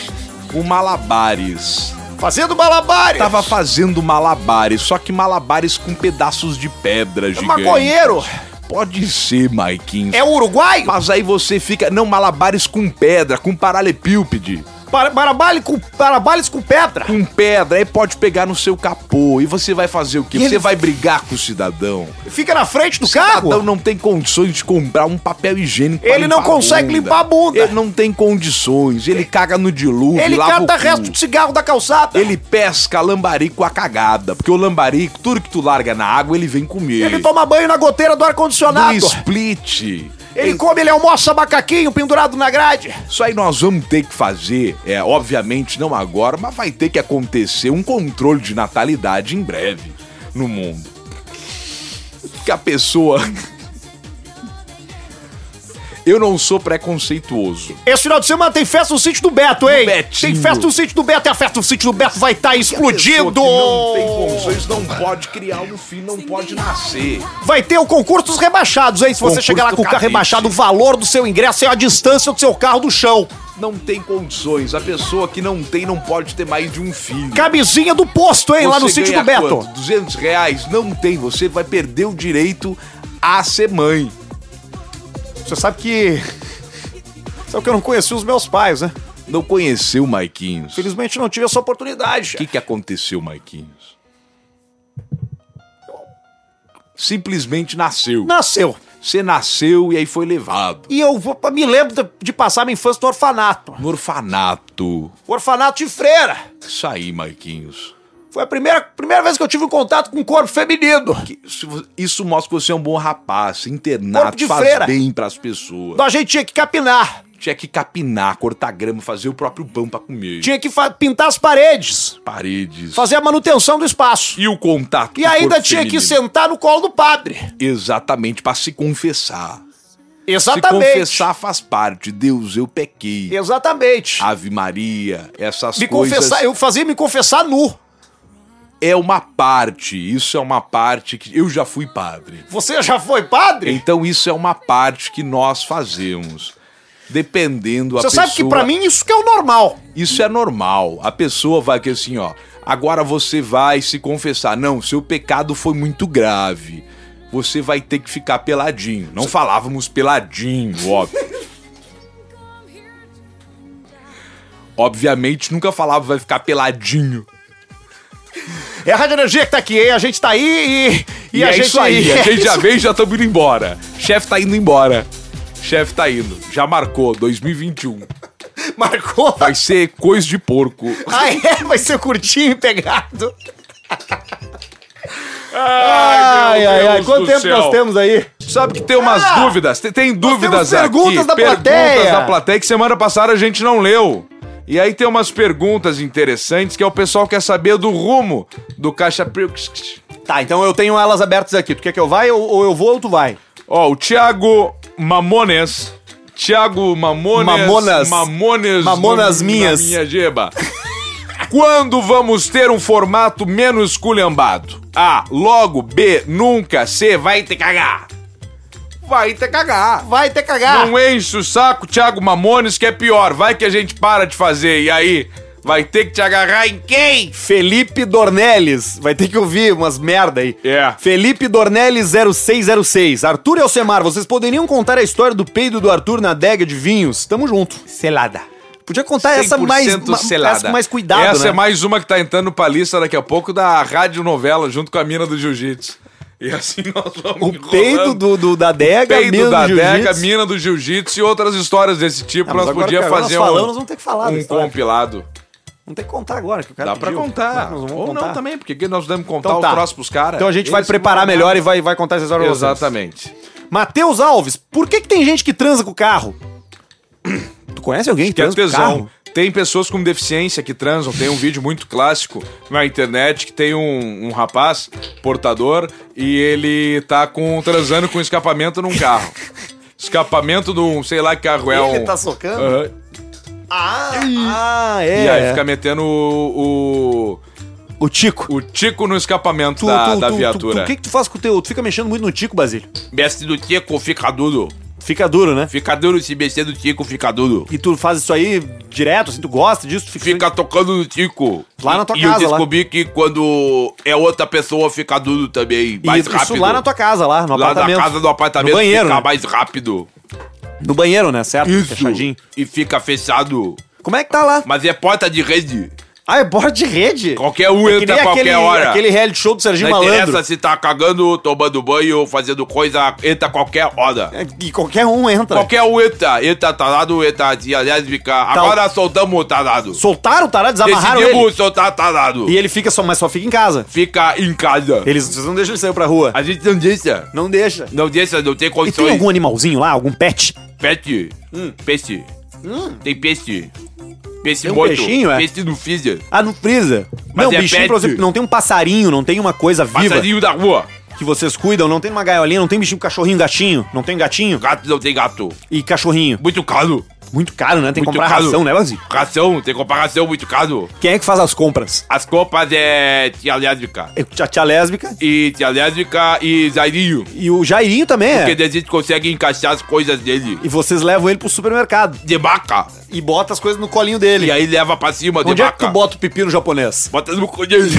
[SPEAKER 2] o malabares.
[SPEAKER 4] Fazendo malabares.
[SPEAKER 2] Tava fazendo malabares, só que malabares com pedaços de pedra
[SPEAKER 4] É
[SPEAKER 2] gigante.
[SPEAKER 4] maconheiro.
[SPEAKER 2] Pode ser, Maiquinhos.
[SPEAKER 4] É uruguaio?
[SPEAKER 2] Mas aí você fica... Não, malabares com pedra, com paralepípede.
[SPEAKER 4] Para, barabale com, barabales com pedra.
[SPEAKER 2] Com pedra, aí pode pegar no seu capô. E você vai fazer o quê?
[SPEAKER 4] E
[SPEAKER 2] Você
[SPEAKER 4] ele-
[SPEAKER 2] vai brigar com o cidadão.
[SPEAKER 4] Fica na frente do
[SPEAKER 2] Então
[SPEAKER 4] carro?
[SPEAKER 2] não tem condições de comprar um papel higiênico. pra
[SPEAKER 4] Ele não
[SPEAKER 2] limpar a
[SPEAKER 4] consegue
[SPEAKER 2] bunda.
[SPEAKER 4] limpar a bunda.
[SPEAKER 2] Ele não tem condições. Ele caga no dilúvio.
[SPEAKER 4] Ele
[SPEAKER 2] lava
[SPEAKER 4] cata
[SPEAKER 2] o cu.
[SPEAKER 4] resto de cigarro da calçada.
[SPEAKER 2] Ele pesca lambarico a cagada. Porque o lambarico, tudo que tu larga na água, ele vem comer.
[SPEAKER 4] Ele toma banho na goteira do
[SPEAKER 2] no
[SPEAKER 4] ar-condicionado.
[SPEAKER 2] split.
[SPEAKER 4] Ele come, ele almoça macaquinho pendurado na grade.
[SPEAKER 2] Isso aí nós vamos ter que fazer, é, obviamente não agora, mas vai ter que acontecer um controle de natalidade em breve no mundo. Que a pessoa. Eu não sou preconceituoso.
[SPEAKER 4] Esse final de semana tem festa no sítio do Beto, hein?
[SPEAKER 2] Betinho.
[SPEAKER 4] Tem festa no sítio do Beto e a festa no sítio do Beto vai estar
[SPEAKER 2] Pessoa que
[SPEAKER 4] explodindo.
[SPEAKER 2] Não tem condições, não pode criar um filho, não pode nascer.
[SPEAKER 4] Vai ter o concurso dos rebaixados, hein? Se você
[SPEAKER 2] Concurso
[SPEAKER 4] chegar lá
[SPEAKER 2] do
[SPEAKER 4] com o carro
[SPEAKER 2] cadete.
[SPEAKER 4] rebaixado, o valor do seu ingresso é a distância do seu carro do chão.
[SPEAKER 2] Não tem condições. A pessoa que não tem não pode ter mais de um filho.
[SPEAKER 4] Camisinha do posto, hein? lá no
[SPEAKER 2] Você
[SPEAKER 4] sítio
[SPEAKER 2] ganha
[SPEAKER 4] do Beto.
[SPEAKER 2] quanto? 200 reais? Não tem. Você vai perder o direito a ser mãe.
[SPEAKER 1] Você sabe que. Sabe que eu não conheci os meus pais, né?
[SPEAKER 2] Não conheceu o Maiquinhos. O
[SPEAKER 1] Felizmente não tive essa oportunidade.
[SPEAKER 2] que, que aconteceu, Maiquinhos? Simplesmente nasceu.
[SPEAKER 1] Nasceu.
[SPEAKER 2] Você nasceu e aí foi levado.
[SPEAKER 1] E eu vou- me lembro de- de passar minha infância no orfanato.
[SPEAKER 2] No orfanato.
[SPEAKER 1] Orfanato de freira.
[SPEAKER 2] Isso aí, Maiquinhos.
[SPEAKER 1] Foi a primeira, primeira vez que eu tive um contato com um corpo feminino.
[SPEAKER 2] Que- se vo- Isso mostra que você é um bom rapaz. Internato
[SPEAKER 1] Corpo de
[SPEAKER 2] faz
[SPEAKER 1] freira.
[SPEAKER 2] bem pras pessoas.
[SPEAKER 1] Então A gente tinha que capinar.
[SPEAKER 2] Tinha que capinar, cortar grama, fazer o próprio pão pra comer.
[SPEAKER 1] Tinha que fa- pintar as paredes.
[SPEAKER 2] Paredes.
[SPEAKER 1] Fazer a manutenção do espaço.
[SPEAKER 2] E o contato
[SPEAKER 1] E
[SPEAKER 2] com o
[SPEAKER 1] ainda
[SPEAKER 2] corpo
[SPEAKER 1] tinha que
[SPEAKER 2] feminino.
[SPEAKER 1] sentar no colo do padre.
[SPEAKER 2] Exatamente, pra se confessar.
[SPEAKER 1] Exatamente.
[SPEAKER 2] Se confessar faz parte. Deus, eu pequei.
[SPEAKER 1] Exatamente.
[SPEAKER 2] Ave Maria, essas
[SPEAKER 1] me
[SPEAKER 2] coisas.
[SPEAKER 1] confessar, eu fazia me confessar nu.
[SPEAKER 2] É uma parte. Isso é uma parte que. Eu já fui padre.
[SPEAKER 1] Você já foi padre?
[SPEAKER 2] Então isso é uma parte que nós fazemos. Dependendo a
[SPEAKER 1] Você
[SPEAKER 2] pessoa.
[SPEAKER 1] sabe que pra mim isso que é o normal.
[SPEAKER 2] Isso é normal. A pessoa vai que assim, ó. Agora você vai se confessar. Não, seu pecado foi muito grave. Você vai ter que ficar peladinho. Não falávamos peladinho, óbvio. Obviamente nunca falava vai ficar peladinho.
[SPEAKER 1] É a Rádio Energia que tá aqui, hein? A gente tá aí e, e,
[SPEAKER 2] E,
[SPEAKER 1] a
[SPEAKER 2] é
[SPEAKER 1] gente
[SPEAKER 2] isso aí. A gente
[SPEAKER 1] isso
[SPEAKER 2] já veio e já estamos indo embora. Chefe tá indo embora. Chefe tá indo. Já marcou 2021.
[SPEAKER 1] Marcou.
[SPEAKER 2] Vai ser coisa de porco.
[SPEAKER 1] Ah, é? Vai ser curtinho e pegado.
[SPEAKER 2] Ai,
[SPEAKER 1] Ai,
[SPEAKER 2] meu
[SPEAKER 1] ai, ai.
[SPEAKER 2] Deus
[SPEAKER 1] Quanto
[SPEAKER 2] do
[SPEAKER 1] tempo
[SPEAKER 2] céu.
[SPEAKER 1] nós temos aí?
[SPEAKER 2] Sabe que tem umas
[SPEAKER 1] Ah!
[SPEAKER 2] dúvidas? Tem, tem dúvidas
[SPEAKER 1] temos perguntas
[SPEAKER 2] aqui.
[SPEAKER 1] da plateia.
[SPEAKER 2] da plateia que semana passada a gente não leu. E aí tem umas perguntas interessantes que é o pessoal quer saber do rumo do Caixa Pre-
[SPEAKER 1] Tá, então eu tenho elas abertas aqui. Tu quer que eu vá ou, ou eu vou ou tu vai?
[SPEAKER 2] Ó, o Thiago Mamones. Thiago Mamones.
[SPEAKER 1] Mamonas.
[SPEAKER 2] Mamones.
[SPEAKER 1] Mamonas
[SPEAKER 2] no- na
[SPEAKER 1] minhas.
[SPEAKER 2] Minha jeba. Quando vamos ter um formato menos culhambado? A. Logo. B. Nunca. C. Vai ter cagar. Vai ter cagar.
[SPEAKER 1] Vai ter cagado.
[SPEAKER 2] Não enche o saco, Thiago Mamones, que é pior. Vai que a gente para de fazer. E aí? Vai ter que te agarrar em quem?
[SPEAKER 1] Felipe Dornelles. Vai ter que ouvir umas merda aí.
[SPEAKER 2] É.
[SPEAKER 1] Felipe Dornelles 0606. Arthur e Alcemar, vocês poderiam contar a história do peido do Arthur na adega de vinhos? Tamo junto. Selada. Podia contar É, essa mais,
[SPEAKER 2] 100%
[SPEAKER 1] ma-
[SPEAKER 2] selada.
[SPEAKER 1] essa com mais cuidado,
[SPEAKER 2] Essa
[SPEAKER 1] né?
[SPEAKER 2] é mais uma que tá entrando pra lista daqui a pouco da rádio novela junto com a mina do jiu-jitsu. E assim nós vamos
[SPEAKER 1] O
[SPEAKER 2] enrolando.
[SPEAKER 1] peido do, do- da adega,
[SPEAKER 2] peido
[SPEAKER 1] mina do
[SPEAKER 2] da Deca,
[SPEAKER 1] jiu-jitsu.
[SPEAKER 2] mina do jiu-jitsu e outras histórias desse tipo.
[SPEAKER 1] Ah, mas
[SPEAKER 2] nós
[SPEAKER 1] agora que
[SPEAKER 2] podíamos
[SPEAKER 1] agora nós
[SPEAKER 2] fazer
[SPEAKER 1] falamos,
[SPEAKER 2] um,
[SPEAKER 1] nós vamos ter que falar da
[SPEAKER 2] um
[SPEAKER 1] história.
[SPEAKER 2] compilado.
[SPEAKER 1] Não tem que contar agora, que o cara
[SPEAKER 2] Dá pra
[SPEAKER 1] pediu.
[SPEAKER 2] contar.
[SPEAKER 1] Nós vamos
[SPEAKER 2] Ou
[SPEAKER 1] contar.
[SPEAKER 2] não também, porque aqui nós damos contar
[SPEAKER 1] Então
[SPEAKER 2] o
[SPEAKER 1] tá.
[SPEAKER 2] troço pros caras.
[SPEAKER 1] Então a gente vai
[SPEAKER 2] Esse
[SPEAKER 1] preparar
[SPEAKER 2] não é
[SPEAKER 1] melhor
[SPEAKER 2] nada.
[SPEAKER 1] e vai, vai contar essa história pra vocês.
[SPEAKER 2] Exatamente.
[SPEAKER 1] Matheus Alves, por que, que tem gente que transa com o carro? Tu conhece alguém que,
[SPEAKER 2] Que é
[SPEAKER 1] transa com o
[SPEAKER 2] tesão.
[SPEAKER 1] carro?
[SPEAKER 2] Tem pessoas com deficiência que transam. Tem um vídeo muito clássico na internet que tem um, um rapaz portador e ele tá com, transando com escapamento num carro. Escapamento de um, sei lá que carro é
[SPEAKER 1] Ele
[SPEAKER 2] um.
[SPEAKER 1] tá socando?
[SPEAKER 2] Aham.
[SPEAKER 1] Ah, ah, é.
[SPEAKER 2] E aí fica metendo o,
[SPEAKER 1] O tico.
[SPEAKER 2] o, o tico no escapamento
[SPEAKER 1] Tu- tu-
[SPEAKER 2] da, da
[SPEAKER 1] tu- tu- tu-
[SPEAKER 2] viatura.
[SPEAKER 1] O que que tu faz com o teu... Tu fica mexendo muito no tico, Basílio.
[SPEAKER 2] Beste do tico, fica duro.
[SPEAKER 1] Fica duro, né?
[SPEAKER 2] Fica duro se beste do tico, fica duro.
[SPEAKER 1] E tu faz isso aí direto, assim, tu gosta disso? Tu fica...
[SPEAKER 2] Fica tocando no tico.
[SPEAKER 1] Lá na tua
[SPEAKER 2] e
[SPEAKER 1] casa,
[SPEAKER 2] eu
[SPEAKER 1] lá.
[SPEAKER 2] descobri que quando é outra pessoa, fica duro também.
[SPEAKER 1] E
[SPEAKER 2] Mais
[SPEAKER 1] isso
[SPEAKER 2] rápido.
[SPEAKER 1] lá na tua casa, lá no
[SPEAKER 2] Lá
[SPEAKER 1] apartamento.
[SPEAKER 2] na casa do apartamento
[SPEAKER 1] No banheiro,
[SPEAKER 2] fica
[SPEAKER 1] né?
[SPEAKER 2] mais rápido.
[SPEAKER 1] No banheiro, né? Certo?
[SPEAKER 2] Isso.
[SPEAKER 1] Fechadinho.
[SPEAKER 2] E fica fechado.
[SPEAKER 1] Como é que tá lá?
[SPEAKER 2] Mas é porta de rede.
[SPEAKER 1] Ah, é borda de rede?
[SPEAKER 2] Qualquer um
[SPEAKER 1] É que
[SPEAKER 2] entra
[SPEAKER 1] nem
[SPEAKER 2] a qualquer
[SPEAKER 1] aquele,
[SPEAKER 2] hora.
[SPEAKER 1] aquele reality show do Serginho
[SPEAKER 2] Não
[SPEAKER 1] Malandro.
[SPEAKER 2] interessa se tá cagando, tomando banho, fazendo coisa, entra a qualquer hora.
[SPEAKER 1] É, E qualquer um entra.
[SPEAKER 2] Qualquer um entra. Entra tarado, entra tia lésbica. Agora soltamos o tarado.
[SPEAKER 1] Tá Soltaram o tarado, desamarraram
[SPEAKER 2] Decidimos
[SPEAKER 1] ele.
[SPEAKER 2] soltar tarado.
[SPEAKER 1] E ele fica só, mas só fica em casa.
[SPEAKER 2] Fica em casa.
[SPEAKER 1] Eles, vocês não deixam ele sair pra rua.
[SPEAKER 2] A gente não deixa.
[SPEAKER 1] Não deixa.
[SPEAKER 2] Não deixa, não tem
[SPEAKER 1] E
[SPEAKER 2] condições.
[SPEAKER 1] tem algum animalzinho lá, algum pet?
[SPEAKER 2] Peste. Peste. Tem peste. Peste
[SPEAKER 1] Hum. Tem um
[SPEAKER 2] morto.
[SPEAKER 1] peixinho, é?
[SPEAKER 2] Peste no freezer.
[SPEAKER 1] Ah, no freezer.
[SPEAKER 2] Mas
[SPEAKER 1] não,
[SPEAKER 2] é
[SPEAKER 1] bichinho,
[SPEAKER 2] pet.
[SPEAKER 1] por exemplo, não tem um passarinho, não tem uma coisa viva
[SPEAKER 2] Passarinho da rua.
[SPEAKER 1] que vocês cuidam, não tem uma gaiolinha, não tem bichinho, cachorrinho, gatinho, não tem gatinho
[SPEAKER 2] Gato não tem gato.
[SPEAKER 1] e cachorrinho.
[SPEAKER 2] Muito caro.
[SPEAKER 1] Muito caro, né? Tem que
[SPEAKER 2] Muito
[SPEAKER 1] comprar
[SPEAKER 2] caro.
[SPEAKER 1] ração, né, Vazio?
[SPEAKER 2] Ração, tem comparação muito caro.
[SPEAKER 1] Quem é que faz as compras?
[SPEAKER 2] As copas é tia lésbica.
[SPEAKER 1] É a tia lésbica
[SPEAKER 2] E tia lésbica e Zairinho.
[SPEAKER 1] e o Jairinho também é.
[SPEAKER 2] Porque a gente consegue encaixar as coisas dele.
[SPEAKER 1] E vocês levam ele pro supermercado
[SPEAKER 2] De maca.
[SPEAKER 1] e botam as coisas no colinho dele.
[SPEAKER 2] E aí leva pra cima de
[SPEAKER 1] Onde é que
[SPEAKER 2] maca.
[SPEAKER 1] tu bota o pepino japonês?
[SPEAKER 2] Bota no cu dele.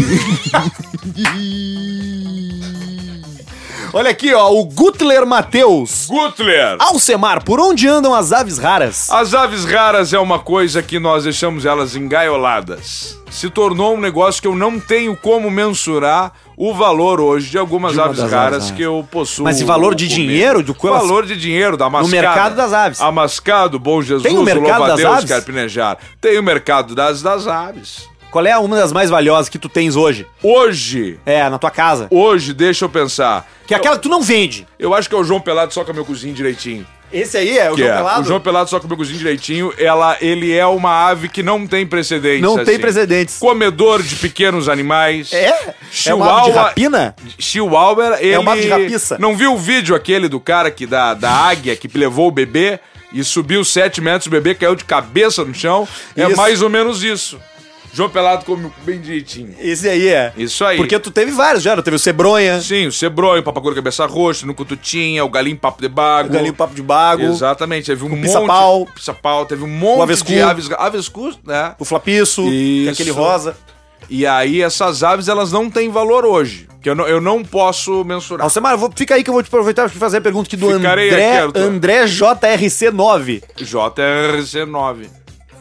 [SPEAKER 1] Olha aqui, ó, o Gutler Matheus.
[SPEAKER 2] Gutler!
[SPEAKER 1] Alcemar, por onde andam as aves raras?
[SPEAKER 2] As aves raras é uma coisa que nós deixamos elas engaioladas. Se tornou um negócio que eu não tenho como mensurar o valor hoje de algumas
[SPEAKER 1] De uma
[SPEAKER 2] aves
[SPEAKER 1] das
[SPEAKER 2] raras
[SPEAKER 1] aves, né?
[SPEAKER 2] que eu possuo.
[SPEAKER 1] Mas e valor de dinheiro? Do que elas-
[SPEAKER 2] valor de dinheiro da mascada.
[SPEAKER 1] mercado das aves.
[SPEAKER 2] A mascado, bom Jesus,
[SPEAKER 1] Tem o mercado das
[SPEAKER 2] louva-a-Deus,
[SPEAKER 1] aves?
[SPEAKER 2] carpinejar. Tem o mercado das, das aves.
[SPEAKER 1] Qual é uma das mais valiosas que tu tens hoje?
[SPEAKER 2] Hoje,
[SPEAKER 1] É, na tua casa.
[SPEAKER 2] hoje, deixa eu pensar.
[SPEAKER 1] Que é aquela que tu não vende.
[SPEAKER 2] Eu acho que é o João Pelado só com meu cozinho direitinho.
[SPEAKER 1] Esse aí é o
[SPEAKER 2] Que
[SPEAKER 1] João
[SPEAKER 2] é,
[SPEAKER 1] Pelado?
[SPEAKER 2] O João Pelado só com o cozinho direitinho, ela, ele é uma ave que não tem precedentes.
[SPEAKER 1] Não tem
[SPEAKER 2] assim.
[SPEAKER 1] precedentes.
[SPEAKER 2] Comedor de pequenos animais.
[SPEAKER 1] É? É uma
[SPEAKER 2] Chihuahua.
[SPEAKER 1] ave de rapina?
[SPEAKER 2] Chihuahua, ele...
[SPEAKER 1] É uma ave de rapiça.
[SPEAKER 2] Não viu o vídeo aquele do cara que da, da águia que levou o bebê e subiu 7 metros, o bebê caiu de cabeça no chão? É
[SPEAKER 1] Isso.
[SPEAKER 2] mais ou menos isso. João Pelado come bem direitinho.
[SPEAKER 1] Esse aí é.
[SPEAKER 2] Isso aí.
[SPEAKER 1] Porque tu teve vários, já. era? Teve o Cebronha,
[SPEAKER 2] Sim, o cebroi, o papagoro cabeça roxa, no cututinha, o galinho papo de bago.
[SPEAKER 1] o Galinho Papo de Bago,
[SPEAKER 2] Exatamente, teve um monte.
[SPEAKER 1] pica-pau.
[SPEAKER 2] Pica-pau, teve um monte
[SPEAKER 1] avescu.
[SPEAKER 2] de aves. Avescu, né?
[SPEAKER 1] o Flapiço, que é aquele
[SPEAKER 2] Isso.
[SPEAKER 1] rosa.
[SPEAKER 2] E aí essas aves, elas não têm valor hoje. Que eu não, eu não posso mensurar.
[SPEAKER 1] Alcemar, eu vou, fica aí que eu vou te aproveitar pra fazer a pergunta aqui do
[SPEAKER 2] Ficarei
[SPEAKER 1] André,
[SPEAKER 2] aqui, Arthur.
[SPEAKER 1] André JRC9.
[SPEAKER 2] JRC9.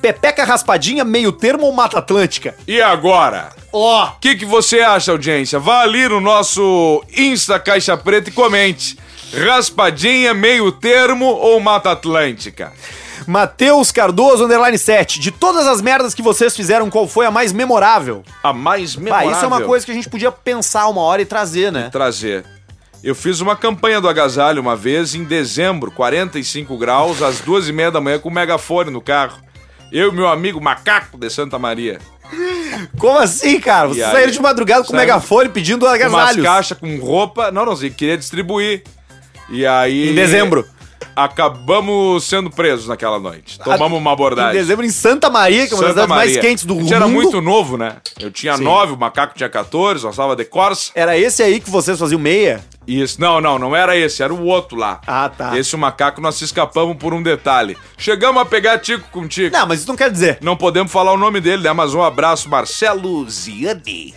[SPEAKER 1] Pepeca raspadinha, meio termo ou Mata Atlântica?
[SPEAKER 2] E agora?
[SPEAKER 1] Ó,
[SPEAKER 2] O que, que você acha, audiência? Vá ali no nosso Insta Caixa Preta e comente. Raspadinha, meio termo ou Mata Atlântica?
[SPEAKER 1] Matheus Cardoso, underline 7. De todas as merdas que vocês fizeram, qual foi a mais memorável?
[SPEAKER 2] A mais
[SPEAKER 1] Bah,
[SPEAKER 2] memorável.
[SPEAKER 1] isso é uma coisa que a gente podia pensar uma hora e trazer, né?
[SPEAKER 2] trazer. Eu fiz uma campanha do agasalho uma vez em dezembro, 45 graus, às duas e meia da manhã, com o megafone no carro. Eu e meu amigo macaco de Santa Maria.
[SPEAKER 1] Como assim, cara? Vocês
[SPEAKER 2] Então. aí?
[SPEAKER 1] saíram de madrugada com o
[SPEAKER 2] Saímos-
[SPEAKER 1] megafone pedindo
[SPEAKER 2] Umas
[SPEAKER 1] agasalhos.
[SPEAKER 2] caixas com roupa. Não, não, assim, queria distribuir. E aí.
[SPEAKER 1] Em dezembro. Ah,
[SPEAKER 2] Acabamos sendo presos naquela noite. Tomamos uma
[SPEAKER 1] Em
[SPEAKER 2] abordagem.
[SPEAKER 1] dezembro, em Santa Maria, que é uma das
[SPEAKER 2] Santa
[SPEAKER 1] cidades mais
[SPEAKER 2] Maria.
[SPEAKER 1] quentes do
[SPEAKER 2] A
[SPEAKER 1] mundo.
[SPEAKER 2] gente era muito novo, né? Eu tinha nove, o macaco tinha 14, nós tava de Corsa.
[SPEAKER 1] Era esse aí que vocês faziam meia?
[SPEAKER 2] Isso, não, não, não era esse, era o outro lá.
[SPEAKER 1] Ah, tá.
[SPEAKER 2] Esse macaco nós se escapamos por um detalhe. Chegamos a pegar Tico com Tico. Não.
[SPEAKER 1] Não, mas isso não quer dizer.
[SPEAKER 2] podemos falar o nome dele, né? Mas um abraço, Marcelo Ziani.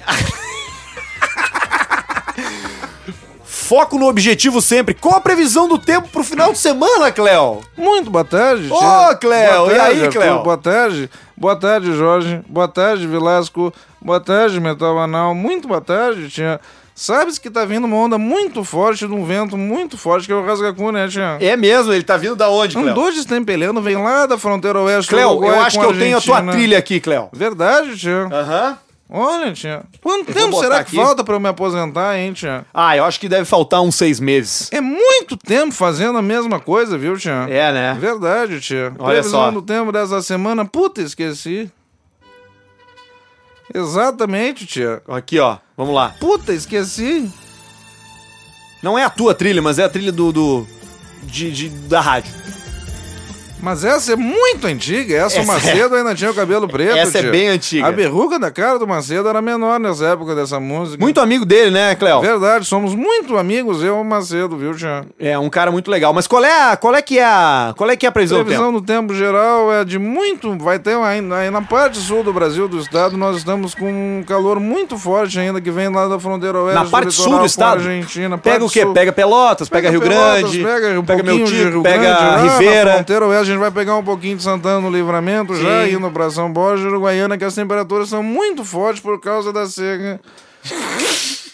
[SPEAKER 1] Foco no objetivo sempre. Qual a previsão do tempo pro final de semana, Cléo?
[SPEAKER 5] Muito boa tarde.
[SPEAKER 1] Ô,
[SPEAKER 5] Jean.
[SPEAKER 1] Cléo,
[SPEAKER 5] Boa
[SPEAKER 1] e
[SPEAKER 5] tarde,
[SPEAKER 1] aí,
[SPEAKER 5] Arthur.
[SPEAKER 1] Cléo?
[SPEAKER 5] Boa tarde. Boa tarde, Jorge. Boa tarde, Velasco. Boa tarde, Metal Anal. Muito boa tarde, Tia. Sabes que tá vindo uma onda muito forte, de um vento muito forte, que é o Rasgacu, né, Tia?
[SPEAKER 1] É mesmo, ele tá vindo da onde, Cléo?
[SPEAKER 5] Andou destempelhando, vem lá da fronteira oeste do
[SPEAKER 1] Cléo,
[SPEAKER 5] Uruguai
[SPEAKER 1] eu acho
[SPEAKER 5] com
[SPEAKER 1] que eu tenho a tua
[SPEAKER 5] Argentina.
[SPEAKER 1] trilha aqui, Cléo.
[SPEAKER 5] Verdade, Tia.
[SPEAKER 1] Aham.
[SPEAKER 5] Olha, Tia. Quanto
[SPEAKER 1] Eu vou
[SPEAKER 5] tempo
[SPEAKER 1] botar
[SPEAKER 5] será que
[SPEAKER 1] aqui.
[SPEAKER 5] falta pra eu me aposentar, hein, Tia?
[SPEAKER 1] Ah, eu acho que deve faltar uns seis meses.
[SPEAKER 5] É muito tempo fazendo a mesma coisa, viu, Tia?
[SPEAKER 1] É, né?
[SPEAKER 5] Verdade, tia.
[SPEAKER 1] Olha
[SPEAKER 5] Previsão
[SPEAKER 1] só.
[SPEAKER 5] do tempo dessa semana. Puta, esqueci. Exatamente, tia.
[SPEAKER 1] Aqui, ó. Vamos lá.
[SPEAKER 5] Puta, esqueci.
[SPEAKER 1] Não é a tua trilha, mas é a trilha do. do de, de- da rádio.
[SPEAKER 5] Mas essa é muito antiga.
[SPEAKER 1] Essa
[SPEAKER 5] Essa,
[SPEAKER 1] é.
[SPEAKER 5] o Macedo ainda tinha o cabelo preto,
[SPEAKER 1] Essa é
[SPEAKER 5] tia.
[SPEAKER 1] bem antiga.
[SPEAKER 5] A berruga da cara do Macedo era menor nessa época dessa música.
[SPEAKER 1] Muito amigo dele, né, Cléo?
[SPEAKER 5] Verdade, somos muito amigos, eu e o Macedo, viu, tia?
[SPEAKER 1] É, um cara muito legal. Mas qual é a. Qual é que é a. Qual é que é a previsão, do tempo?
[SPEAKER 5] Previsão do tempo geral é de muito. Vai ter ainda. aí Na parte sul do Brasil, do estado, nós estamos com um calor muito forte ainda que vem lá da fronteira oeste.
[SPEAKER 1] Na parte sul do
[SPEAKER 5] litoral com a
[SPEAKER 1] estado?
[SPEAKER 5] Argentina,
[SPEAKER 1] Pega
[SPEAKER 5] parte
[SPEAKER 1] o quê?
[SPEAKER 5] sul.
[SPEAKER 1] Pega Pelotas, pega, Rio
[SPEAKER 5] Pelotas,
[SPEAKER 1] Grande,
[SPEAKER 5] pega, um
[SPEAKER 1] pega meu
[SPEAKER 5] pouquinho de
[SPEAKER 1] tio,
[SPEAKER 5] Rio
[SPEAKER 1] pega
[SPEAKER 5] Grande, lá Na
[SPEAKER 1] Rivera.
[SPEAKER 5] fronteira oeste, a gente vai pegar um pouquinho de Santana no livramento, já
[SPEAKER 1] Sim.
[SPEAKER 5] indo pra São Borja, Uruguaiana, que as temperaturas são muito fortes por causa da seca.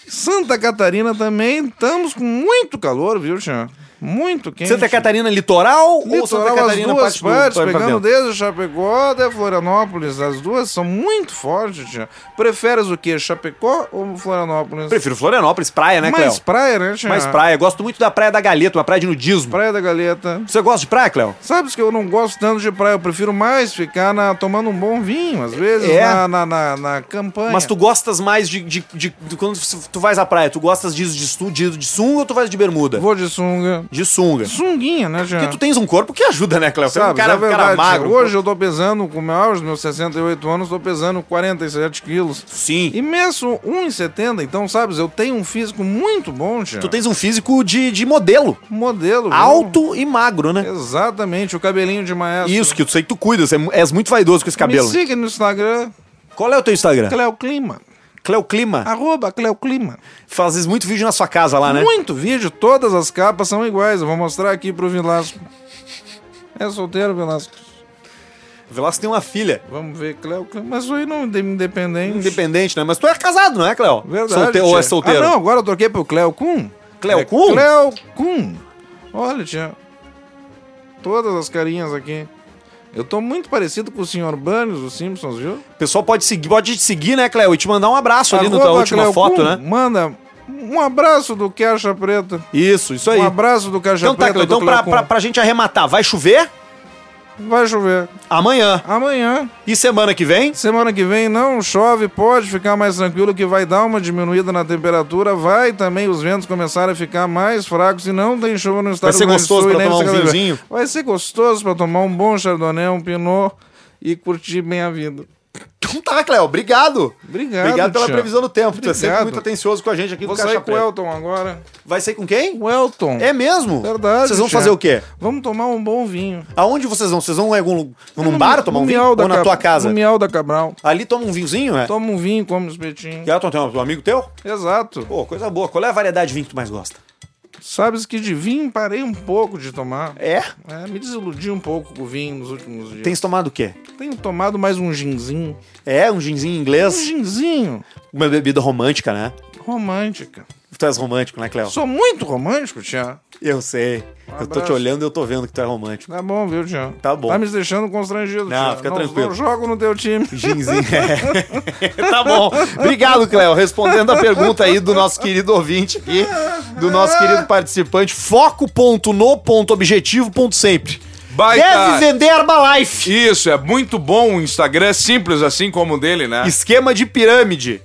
[SPEAKER 5] Santa Catarina também, estamos com muito calor, viu, Chan? Muito quente.
[SPEAKER 1] Santa Catarina litoral, ou Santa
[SPEAKER 5] Litoral, as
[SPEAKER 1] Catarina
[SPEAKER 5] duas
[SPEAKER 1] parte do-
[SPEAKER 5] partes,
[SPEAKER 1] pra- pra
[SPEAKER 5] pegando
[SPEAKER 1] dentro?
[SPEAKER 5] desde Chapecó até Florianópolis. As duas são muito fortes, tia. Preferes o quê? Chapecó ou Florianópolis?
[SPEAKER 1] Prefiro Florianópolis, praia, né, Cléo?
[SPEAKER 5] Mais praia, né, tia?
[SPEAKER 1] Mais praia. Gosto muito da Praia da Galeta, uma praia de nudismo.
[SPEAKER 5] Praia da Galeta.
[SPEAKER 1] Você gosta de praia, Cléo?
[SPEAKER 5] Sabes que eu não gosto tanto de praia, eu prefiro mais ficar na, tomando um bom vinho, às vezes,
[SPEAKER 1] É.
[SPEAKER 5] na, na, na, na campanha.
[SPEAKER 1] Mas tu gostas mais de, de, de- de- Quando tu vais à praia, tu gostas disso de, su- de, de sunga ou tu vais de bermuda?
[SPEAKER 5] Vou de sunga.
[SPEAKER 1] De sunga.
[SPEAKER 5] Sunguinha, né, Jean?
[SPEAKER 1] Porque tu tens um corpo que ajuda, né, Cléo? Tu é um
[SPEAKER 5] Sabe,
[SPEAKER 1] cara,
[SPEAKER 5] é
[SPEAKER 1] um cara
[SPEAKER 5] verdade.
[SPEAKER 1] magro.
[SPEAKER 5] Hoje eu tô pesando, com meus, meus 68 anos, tô pesando 47 quilos.
[SPEAKER 1] Sim.
[SPEAKER 5] E meço 1,70, então, sabes, eu tenho um físico muito bom, Jean.
[SPEAKER 1] Tu tens um físico de, de modelo.
[SPEAKER 5] modelo. viu?
[SPEAKER 1] Alto e magro, né?
[SPEAKER 5] Exatamente, o cabelinho de maestro.
[SPEAKER 1] Isso, que tu sei que tu cuida, você é mu- és muito vaidoso com esse cabelo.
[SPEAKER 5] Me siga no Instagram,
[SPEAKER 1] Qual é o teu Instagram?
[SPEAKER 5] Cleo Clima.
[SPEAKER 1] Cleoclima.
[SPEAKER 5] Arroba Cleoclima.
[SPEAKER 1] Fazes muito vídeo na sua casa lá, né?
[SPEAKER 5] Muito vídeo, todas as capas são iguais. Eu vou mostrar aqui pro Vilasco. É solteiro, Vilasco.
[SPEAKER 1] Velasco tem uma filha.
[SPEAKER 5] Vamos ver, Cleoclima. Mas isso aí não é independente.
[SPEAKER 1] Independente, né? Mas tu é casado, não é, Cleo?
[SPEAKER 5] Verdade.
[SPEAKER 1] Solte- ou
[SPEAKER 5] tia.
[SPEAKER 1] é solteiro?
[SPEAKER 5] Ah, não, agora eu troquei pro Cleo Kun.
[SPEAKER 1] Cleo
[SPEAKER 5] é
[SPEAKER 1] Kun?
[SPEAKER 5] Cleo Kun. Olha, tia. Todas as carinhas aqui. Eu tô muito parecido com o Sr. Burns, os Simpsons, viu?
[SPEAKER 1] O pessoal pode seguir, pode te seguir, né, Cleo? E te mandar um abraço ali na tua
[SPEAKER 5] Arroba
[SPEAKER 1] última
[SPEAKER 5] Cleo
[SPEAKER 1] foto,
[SPEAKER 5] Kun.
[SPEAKER 1] né?
[SPEAKER 5] Manda um abraço do Caixa Preta.
[SPEAKER 1] Isso, isso aí.
[SPEAKER 5] Um abraço do Caixa
[SPEAKER 1] então tá,
[SPEAKER 5] Preta.
[SPEAKER 1] Cleo.
[SPEAKER 5] do
[SPEAKER 1] Então, pra,
[SPEAKER 5] Cleo Kun.
[SPEAKER 1] pra, pra gente arrematar, vai chover
[SPEAKER 5] Vai chover.
[SPEAKER 1] amanhã.
[SPEAKER 5] Amanhã,
[SPEAKER 1] E semana que vem?
[SPEAKER 5] semana que vem, não chove, pode ficar mais tranquilo que vai dar uma diminuída na temperatura, vai também os ventos começarem a ficar mais fracos e não tem chuva no estado
[SPEAKER 1] Vai ser
[SPEAKER 5] do Rio Grande do
[SPEAKER 1] gostoso
[SPEAKER 5] Sul e
[SPEAKER 1] pra
[SPEAKER 5] nem
[SPEAKER 1] tomar
[SPEAKER 5] no
[SPEAKER 1] um
[SPEAKER 5] Santa Catarina.
[SPEAKER 1] vinhozinho?
[SPEAKER 5] Vai ser gostoso pra tomar um bom chardonnay, um pinot e curtir bem a vida.
[SPEAKER 1] Então tá, Cleo. Obrigado.
[SPEAKER 5] Obrigado,
[SPEAKER 1] Obrigado pela
[SPEAKER 5] tia.
[SPEAKER 1] previsão do tempo. Tu é sempre
[SPEAKER 5] Obrigado.
[SPEAKER 1] muito atencioso com a gente aqui
[SPEAKER 5] Vou
[SPEAKER 1] do Caixa
[SPEAKER 5] sair com o
[SPEAKER 1] Preta.
[SPEAKER 5] Elton agora.
[SPEAKER 1] Vai sair com quem?
[SPEAKER 5] O Elton.
[SPEAKER 1] É mesmo?
[SPEAKER 5] Verdade,
[SPEAKER 1] Vocês vão
[SPEAKER 5] tia.
[SPEAKER 1] fazer o quê?
[SPEAKER 5] Vamos tomar um bom vinho.
[SPEAKER 1] Aonde vocês vão? Vocês vão em algum num
[SPEAKER 5] No-
[SPEAKER 1] bar tomar
[SPEAKER 5] no
[SPEAKER 1] um vinho?
[SPEAKER 5] Miau da
[SPEAKER 1] Ou na
[SPEAKER 5] Cab-
[SPEAKER 1] tua casa?
[SPEAKER 5] No Miau da Cabral.
[SPEAKER 1] Ali toma um vinhozinho, é?
[SPEAKER 5] Toma um vinho, come os petinhos.
[SPEAKER 1] Elton, tem um amigo teu?
[SPEAKER 5] Exato.
[SPEAKER 1] Pô, coisa boa. Qual é a variedade de vinho que tu mais gosta?
[SPEAKER 5] Sabes que de vinho parei um pouco de tomar.
[SPEAKER 1] É?
[SPEAKER 5] É, me desiludi um pouco com o vinho nos últimos dias.
[SPEAKER 1] Tens tomado o quê?
[SPEAKER 5] Tenho tomado mais um ginzinho.
[SPEAKER 1] É, um ginzinho
[SPEAKER 5] Um
[SPEAKER 1] inglês.
[SPEAKER 5] ginzinho
[SPEAKER 1] Uma bebida romântica, né?
[SPEAKER 5] romântica.
[SPEAKER 1] Tu és romântico, né, Cleo?
[SPEAKER 5] Sou muito romântico, Tia.
[SPEAKER 1] Eu sei. eu tô te
[SPEAKER 5] abraço.
[SPEAKER 1] olhando e eu tô vendo que tu é romântico.
[SPEAKER 5] Tá bom, viu, Tia?
[SPEAKER 1] Tá bom.
[SPEAKER 5] Tá me deixando constrangido,
[SPEAKER 1] Não,
[SPEAKER 5] tia.
[SPEAKER 1] fica tranquilo.
[SPEAKER 5] Não jogo no teu time.
[SPEAKER 1] Ginzinho. É. tá bom. Obrigado, Cleo. Respondendo a pergunta aí do nosso querido ouvinte aqui, do nosso querido participante, foco.no.objetivo.sempre. Deve
[SPEAKER 2] Baita.
[SPEAKER 1] vender Herbalife.
[SPEAKER 2] Isso, é muito bom o Instagram, é simples assim como o dele, né?
[SPEAKER 1] Esquema de pirâmide.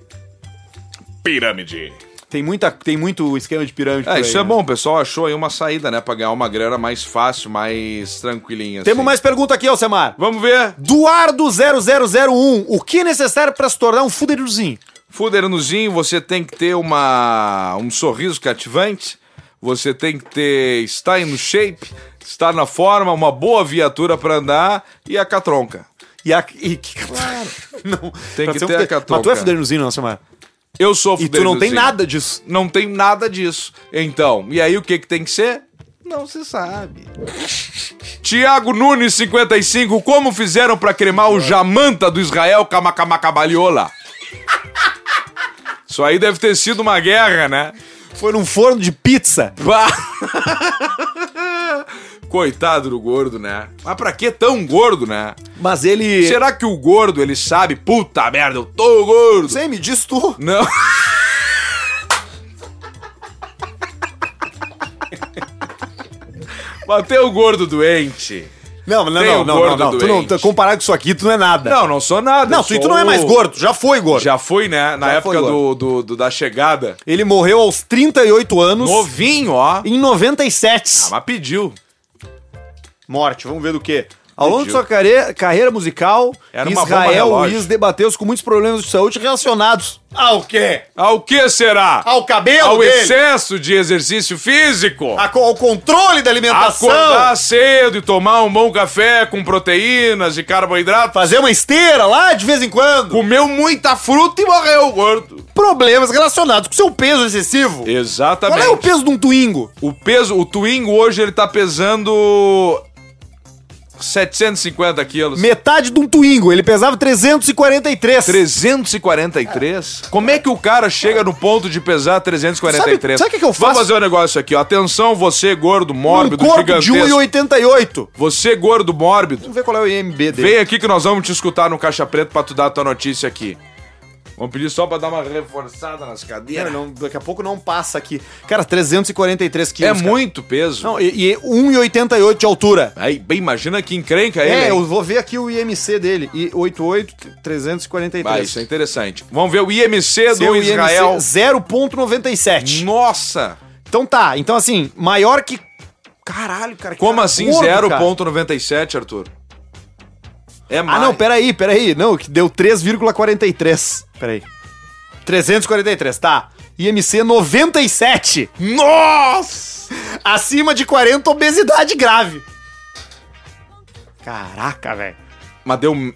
[SPEAKER 2] Pirâmide.
[SPEAKER 1] Tem, muita, tem muito esquema de pirâmide. por
[SPEAKER 2] É,
[SPEAKER 1] aí,
[SPEAKER 2] isso é
[SPEAKER 1] né?
[SPEAKER 2] bom, o pessoal achou aí uma saída, né? Pra ganhar uma grana mais fácil, mais tranquilinha.
[SPEAKER 1] Temos
[SPEAKER 2] assim.
[SPEAKER 1] mais pergunta aqui, Alcemar.
[SPEAKER 2] Vamos ver.
[SPEAKER 1] Duardo0001. O que é necessário pra se tornar um fuderuzinho?
[SPEAKER 2] Fudernuzinho, você tem que ter uma, um sorriso cativante, você tem que ter estar no shape, estar na forma, uma boa viatura pra andar e a catronca.
[SPEAKER 1] E, a, e que- não,
[SPEAKER 2] Tem
[SPEAKER 1] pra
[SPEAKER 2] que
[SPEAKER 1] ser um
[SPEAKER 2] ter a
[SPEAKER 1] fuder- Mas
[SPEAKER 2] catouca.
[SPEAKER 1] tu é fuderuzinho, não, Alcemar?
[SPEAKER 2] Eu sou
[SPEAKER 1] E tu não tem
[SPEAKER 2] fudernuzinho.
[SPEAKER 1] nada disso.
[SPEAKER 2] Não tem nada disso. Então, e aí o que que tem que ser?
[SPEAKER 5] Não se sabe.
[SPEAKER 2] Tiago Nunes 55, como fizeram pra cremar o Jamanta do Israel Kamakamakabaliolá? Isso aí deve ter sido uma guerra, né?
[SPEAKER 1] Foi num forno de pizza.
[SPEAKER 2] Pá. Coitado do gordo, né? Mas pra que tão gordo, né?
[SPEAKER 1] Mas ele.
[SPEAKER 2] Será que o gordo, ele sabe? Puta merda, eu tô gordo!
[SPEAKER 1] Sei, me diz tu.
[SPEAKER 2] Não. Bateu o gordo doente.
[SPEAKER 1] Não, não,
[SPEAKER 2] Tem
[SPEAKER 1] não, não,
[SPEAKER 2] o
[SPEAKER 1] não,
[SPEAKER 2] gordo
[SPEAKER 1] não. Tu não.
[SPEAKER 2] doente.
[SPEAKER 1] Comparado com isso aqui, tu um não é nada.
[SPEAKER 2] Não, não sou nada.
[SPEAKER 1] não
[SPEAKER 2] eu
[SPEAKER 1] tu, tu
[SPEAKER 2] sou-
[SPEAKER 1] não é mais gordo, já foi gordo.
[SPEAKER 2] Já foi, né? Na
[SPEAKER 1] Já
[SPEAKER 2] época
[SPEAKER 1] foi
[SPEAKER 2] do,
[SPEAKER 1] gordo.
[SPEAKER 2] do- do- da chegada.
[SPEAKER 1] Ele morreu aos 38 anos.
[SPEAKER 2] Novinho, ó.
[SPEAKER 1] Em 97.
[SPEAKER 2] Ah, mas pediu.
[SPEAKER 1] Morte, vamos ver do quê? Ao longo de
[SPEAKER 2] Pediu.
[SPEAKER 1] sua care- carreira musical,
[SPEAKER 2] Era uma bomba
[SPEAKER 1] Israel
[SPEAKER 2] relógio.
[SPEAKER 1] Luiz debateu-se com muitos problemas de saúde relacionados
[SPEAKER 7] Ah,
[SPEAKER 1] ao quê?
[SPEAKER 2] Ao que será?
[SPEAKER 1] Ao cabelo
[SPEAKER 2] Ao
[SPEAKER 1] dele,
[SPEAKER 2] excesso de exercício físico?
[SPEAKER 1] a co- ao controle da alimentação,
[SPEAKER 2] Acordar cedo e tomar um bom café com proteínas e carboidratos.
[SPEAKER 1] fazer uma esteira lá de vez em quando.
[SPEAKER 2] Comeu muita fruta e morreu gordo.
[SPEAKER 1] Problemas relacionados com seu peso excessivo. Qual
[SPEAKER 2] Exatamente.
[SPEAKER 1] é o peso de um twingo?
[SPEAKER 2] O peso, o Twingo hoje ele tá pesando 750 quilos.
[SPEAKER 1] Metade de um twingo, ele pesava 343.
[SPEAKER 2] 343? Como é que o cara chega no ponto de pesar 343?
[SPEAKER 1] Sabe- sabe o que que eu faço?
[SPEAKER 2] Vamos fazer um negócio aqui, ó. Atenção, você gordo
[SPEAKER 1] Um
[SPEAKER 2] mórbido,
[SPEAKER 1] corpo de
[SPEAKER 2] gigantesco.
[SPEAKER 1] 1,88.
[SPEAKER 2] Você gordo mórbido,
[SPEAKER 1] Vamos ver qual é o IMB dele.
[SPEAKER 2] vem aqui que nós vamos te escutar no Caixa Preto pra tu dar a tua notícia aqui. Vamos pedir só pra dar uma reforçada nas
[SPEAKER 1] Cara,
[SPEAKER 2] cadeiras.
[SPEAKER 1] não, daqui a pouco não passa aqui. Cara, 343
[SPEAKER 2] é
[SPEAKER 1] quilos. cara.
[SPEAKER 2] muito peso.
[SPEAKER 1] Não, e, e 1,88 de altura.
[SPEAKER 2] Aí, bem, imagina que encrenca ele.
[SPEAKER 1] É,
[SPEAKER 2] hein?
[SPEAKER 1] eu vou ver aqui o IMC dele. E 88,
[SPEAKER 2] Ah,
[SPEAKER 1] 343.
[SPEAKER 2] isso é interessante. Vamos ver o IMC
[SPEAKER 1] Seu
[SPEAKER 2] do
[SPEAKER 1] IMC
[SPEAKER 2] Israel.
[SPEAKER 1] 0,97.
[SPEAKER 2] Nossa!
[SPEAKER 1] Então tá, então assim, maior que. Caralho, cara. que
[SPEAKER 2] Como
[SPEAKER 1] cara
[SPEAKER 2] assim
[SPEAKER 1] gordo, cara.
[SPEAKER 2] 0,97, Arthur? É
[SPEAKER 1] Ah,
[SPEAKER 2] mais.
[SPEAKER 1] não, peraí, peraí. Não, que deu 3,43. Peraí. 343, tá. IMC 97.
[SPEAKER 2] Nossa!
[SPEAKER 1] Acima de 40, obesidade grave. Caraca, velho.
[SPEAKER 2] Mas deu.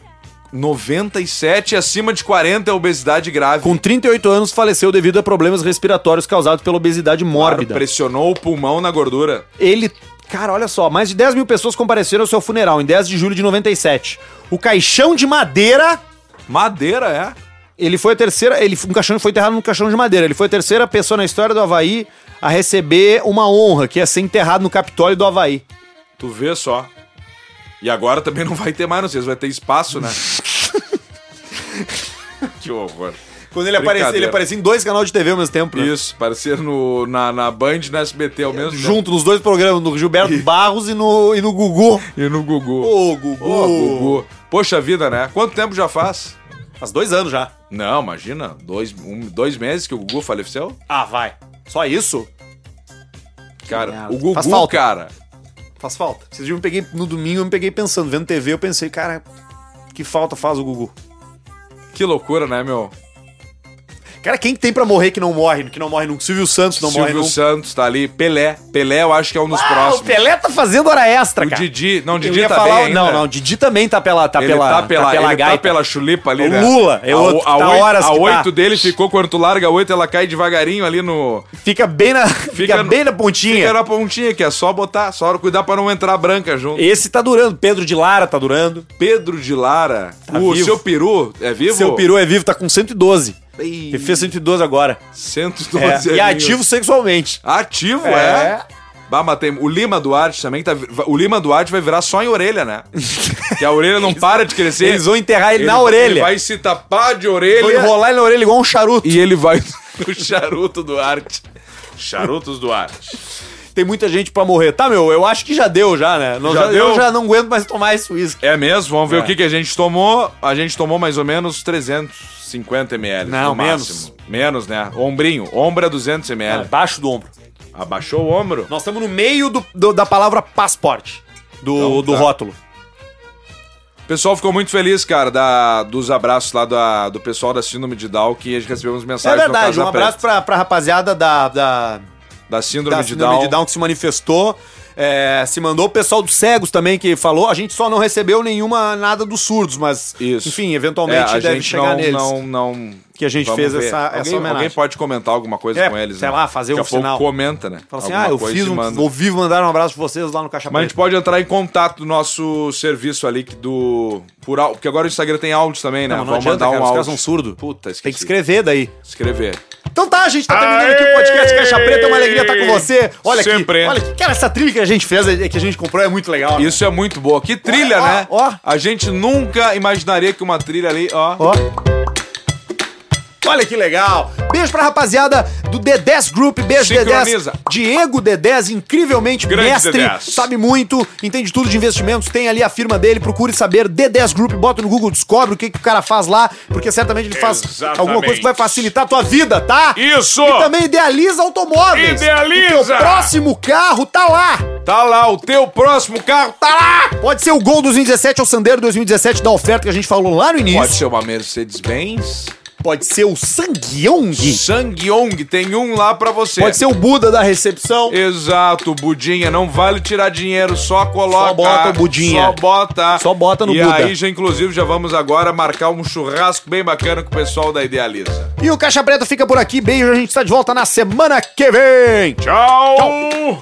[SPEAKER 2] 97 acima de 40 é obesidade grave.
[SPEAKER 1] Com 38 anos, faleceu devido a problemas respiratórios causados pela obesidade mórbida.
[SPEAKER 2] Pressionou o pulmão na gordura.
[SPEAKER 1] Ele. Cara, olha só, mais de 10 mil pessoas compareceram ao seu funeral em 10 de julho de 97. O caixão de madeira.
[SPEAKER 2] Madeira, é?
[SPEAKER 1] Ele foi a terceira. Ele, um caixão foi enterrado num caixão de madeira. Ele foi a terceira pessoa na história do Havaí a receber uma honra, que é ser enterrado no Capitólio do Havaí.
[SPEAKER 2] Tu vê só. E agora também não vai ter mais, não sei se vai ter espaço, né? que horror.
[SPEAKER 1] Quando ele aparecia, ele
[SPEAKER 2] Brincadeira.
[SPEAKER 1] aparecia em dois canais de TV ao mesmo tempo, né?
[SPEAKER 2] Isso, parecia no, na, na Band e na SBT ao mesmo tempo.
[SPEAKER 1] Junto nos dois programas, no Gilberto Barros e no, e no Gugu.
[SPEAKER 2] E no Gugu.
[SPEAKER 1] Ô, Gugu.
[SPEAKER 2] Ô, Gugu. Poxa vida, né? Quanto tempo já faz?
[SPEAKER 1] Faz dois anos já.
[SPEAKER 2] Não, imagina. Dois, um- dois meses que o Gugu faleceu?
[SPEAKER 1] Ah, vai. Só isso?
[SPEAKER 2] Cara,
[SPEAKER 1] merda.
[SPEAKER 2] o Gugu,
[SPEAKER 1] Faz falta.
[SPEAKER 2] cara.
[SPEAKER 1] Faz falta. Esses dias eu me peguei no domingo, eu me peguei pensando, vendo TV, eu pensei, cara, que falta faz o Gugu.
[SPEAKER 2] Que loucura, né, meu?
[SPEAKER 1] Cara, quem que tem pra morrer que não morre? Que não morre nunca? Silvio Santos não morre
[SPEAKER 2] Silvio
[SPEAKER 1] nunca.
[SPEAKER 2] Santos tá ali. Pelé. Pelé eu acho que é um dos próximos.
[SPEAKER 1] o Pelé tá fazendo hora extra,
[SPEAKER 2] O
[SPEAKER 1] cara.
[SPEAKER 2] Didi. Não, o
[SPEAKER 1] Eu
[SPEAKER 2] Didi
[SPEAKER 1] ia
[SPEAKER 2] tá
[SPEAKER 1] falar-
[SPEAKER 2] bem ainda.
[SPEAKER 1] Não, não, o Didi também tá pela tá
[SPEAKER 2] ele
[SPEAKER 1] pela,
[SPEAKER 2] tá pela, ele
[SPEAKER 1] gaita.
[SPEAKER 2] tá pela chulipa ali,
[SPEAKER 1] O
[SPEAKER 2] né?
[SPEAKER 1] Lula é
[SPEAKER 2] A-
[SPEAKER 1] outro
[SPEAKER 2] A,
[SPEAKER 1] que tá
[SPEAKER 2] oito-
[SPEAKER 1] horas
[SPEAKER 2] a
[SPEAKER 1] que tá.
[SPEAKER 2] oito dele ficou, quando tu larga a oito, ela cai devagarinho ali no...
[SPEAKER 1] Fica bem na fica
[SPEAKER 2] no-
[SPEAKER 1] bem na pontinha.
[SPEAKER 2] Fica na pontinha, que é só botar, só cuidar pra não entrar branca junto.
[SPEAKER 1] Esse tá durando, Pedro de Lara tá durando.
[SPEAKER 2] Pedro de Lara. o
[SPEAKER 1] Tá vivo.
[SPEAKER 2] seu peru é vivo?
[SPEAKER 1] Seu peru é vivo, tá com 112.
[SPEAKER 2] Ei.
[SPEAKER 1] Ele fez 112 agora.
[SPEAKER 2] 112
[SPEAKER 1] É, e
[SPEAKER 2] aninhos.
[SPEAKER 1] ativo sexualmente.
[SPEAKER 2] Ativo,
[SPEAKER 1] É.
[SPEAKER 2] é. Bah, mas tem o Lima Duarte também que tá. vi- O Lima Duarte vai virar só em orelha, né? que a orelha não para de crescer.
[SPEAKER 1] Eles vão enterrar ele, na
[SPEAKER 2] Ele
[SPEAKER 1] orelha.
[SPEAKER 2] vai se tapar de
[SPEAKER 1] Vão
[SPEAKER 2] orelha
[SPEAKER 1] enrolar ele na orelha igual um charuto.
[SPEAKER 2] e ele vai no charuto Duarte. Charutos Duarte.
[SPEAKER 1] Tem muita gente pra morrer. Tá, meu, eu acho que já deu já, né? Nós
[SPEAKER 2] Já
[SPEAKER 1] já- Eu
[SPEAKER 2] deu?
[SPEAKER 1] já não aguento mais tomar esse uísque.
[SPEAKER 2] É mesmo? Vamos ver
[SPEAKER 1] É.
[SPEAKER 2] o que, que a gente tomou. A gente tomou mais ou menos 350 ml.
[SPEAKER 1] Não,
[SPEAKER 2] no
[SPEAKER 1] menos.
[SPEAKER 2] máximo. Menos, né? Ombrinho. Ombra 200 ml.
[SPEAKER 1] Abaixo do ombro.
[SPEAKER 2] Abaixou o ombro.
[SPEAKER 1] Nós estamos no meio do- do- da palavra passaporte. Do,
[SPEAKER 2] Então
[SPEAKER 1] do
[SPEAKER 2] tá.
[SPEAKER 1] rótulo.
[SPEAKER 2] O pessoal ficou muito feliz, cara, da- dos abraços lá da- do pessoal da Síndrome de Down, que recebemos
[SPEAKER 1] É
[SPEAKER 2] mensagens
[SPEAKER 1] verdade,
[SPEAKER 2] no
[SPEAKER 1] um
[SPEAKER 2] Casa Preta.
[SPEAKER 1] abraço pra, pra rapaziada da, da,
[SPEAKER 2] Da Síndrome,
[SPEAKER 1] da
[SPEAKER 2] de,
[SPEAKER 1] síndrome
[SPEAKER 2] Down.
[SPEAKER 1] de Down que se manifestou. é, se mandou o pessoal dos cegos também que falou. A gente só não recebeu nenhuma nada dos surdos, mas
[SPEAKER 2] Isso.
[SPEAKER 1] enfim,
[SPEAKER 2] É,
[SPEAKER 1] eventualmente
[SPEAKER 2] a
[SPEAKER 1] deve
[SPEAKER 2] gente
[SPEAKER 1] chegar
[SPEAKER 2] não,
[SPEAKER 1] neles.
[SPEAKER 2] não, não...
[SPEAKER 1] Que a gente
[SPEAKER 2] Vamos
[SPEAKER 1] fez
[SPEAKER 2] ver.
[SPEAKER 1] essa,
[SPEAKER 2] alguém,
[SPEAKER 1] essa homenagem.
[SPEAKER 2] Alguém pode comentar alguma coisa
[SPEAKER 1] É,
[SPEAKER 2] com eles, né?
[SPEAKER 1] sei lá, fazer
[SPEAKER 2] Daqui
[SPEAKER 1] um
[SPEAKER 2] a pouco
[SPEAKER 1] sinal.
[SPEAKER 2] comenta, né?
[SPEAKER 1] Fala assim,
[SPEAKER 2] Alguma
[SPEAKER 1] ah, eu
[SPEAKER 2] coisa
[SPEAKER 1] fiz
[SPEAKER 2] e
[SPEAKER 1] um.
[SPEAKER 2] manda."
[SPEAKER 1] Vou vivo mandar um abraço pra vocês lá no Caixa
[SPEAKER 2] Mas a gente
[SPEAKER 1] Preta.
[SPEAKER 2] pode entrar em contato do nosso serviço ali que do. Por áudio. Porque agora o Instagram tem áudios também, né?
[SPEAKER 1] Não, não
[SPEAKER 2] Vamos
[SPEAKER 1] adianta,
[SPEAKER 2] mandar
[SPEAKER 1] cara,
[SPEAKER 2] um
[SPEAKER 1] os
[SPEAKER 2] áudio.
[SPEAKER 1] caras são surdo.
[SPEAKER 2] Puta, esqueci.
[SPEAKER 1] Tem que escrever daí.
[SPEAKER 2] Escrever.
[SPEAKER 1] Então tá, gente, tá terminando aqui o podcast Caixa Preta. É uma alegria estar com você. Olha
[SPEAKER 2] Sempre,
[SPEAKER 1] aqui.
[SPEAKER 2] hein?
[SPEAKER 1] Olha aqui, cara, essa trilha que a gente fez, é- que a gente comprou, é muito legal. né?
[SPEAKER 2] Isso é muito boa. Que trilha,
[SPEAKER 1] Ó,
[SPEAKER 2] né?
[SPEAKER 1] ó.
[SPEAKER 2] A gente nunca imaginaria que uma trilha ali, ó.
[SPEAKER 1] Ó. Olha que legal. Beijo pra rapaziada do D10 Group. Beijo, D10.
[SPEAKER 2] Sincroniza.
[SPEAKER 1] Diego D10, incrivelmente
[SPEAKER 2] Grande
[SPEAKER 1] mestre.
[SPEAKER 2] D10.
[SPEAKER 1] Sabe muito, entende tudo de investimentos. Tem ali a firma dele. Procure saber. D10 Group. Bota no Google, descobre o que, que o cara faz lá. Porque certamente ele faz
[SPEAKER 2] Exatamente.
[SPEAKER 1] alguma coisa que vai facilitar a tua vida, tá?
[SPEAKER 2] Isso!
[SPEAKER 1] E também idealiza automóveis.
[SPEAKER 2] Idealiza!
[SPEAKER 1] O teu próximo carro tá lá.
[SPEAKER 2] Tá lá, o teu próximo carro tá lá!
[SPEAKER 1] Pode ser o Gol 2017 ou o Sandero 2017 da oferta que a gente falou lá no início.
[SPEAKER 2] Pode ser uma Mercedes-Benz.
[SPEAKER 1] Pode ser o Sangyong.
[SPEAKER 2] Sangyong, tem um lá pra você.
[SPEAKER 1] Pode ser o Buda da recepção.
[SPEAKER 2] Exato, Budinha, não vale tirar dinheiro, só coloca.
[SPEAKER 1] Só bota o Budinha.
[SPEAKER 2] Só bota.
[SPEAKER 1] Só bota no
[SPEAKER 2] e
[SPEAKER 1] Buda.
[SPEAKER 2] E aí, já, inclusive, já vamos agora marcar um churrasco bem bacana com o pessoal da Idealiza.
[SPEAKER 1] tá E o Caixa Preta fica por aqui. Beijo, a gente está de volta na semana que vem.
[SPEAKER 2] Tchau!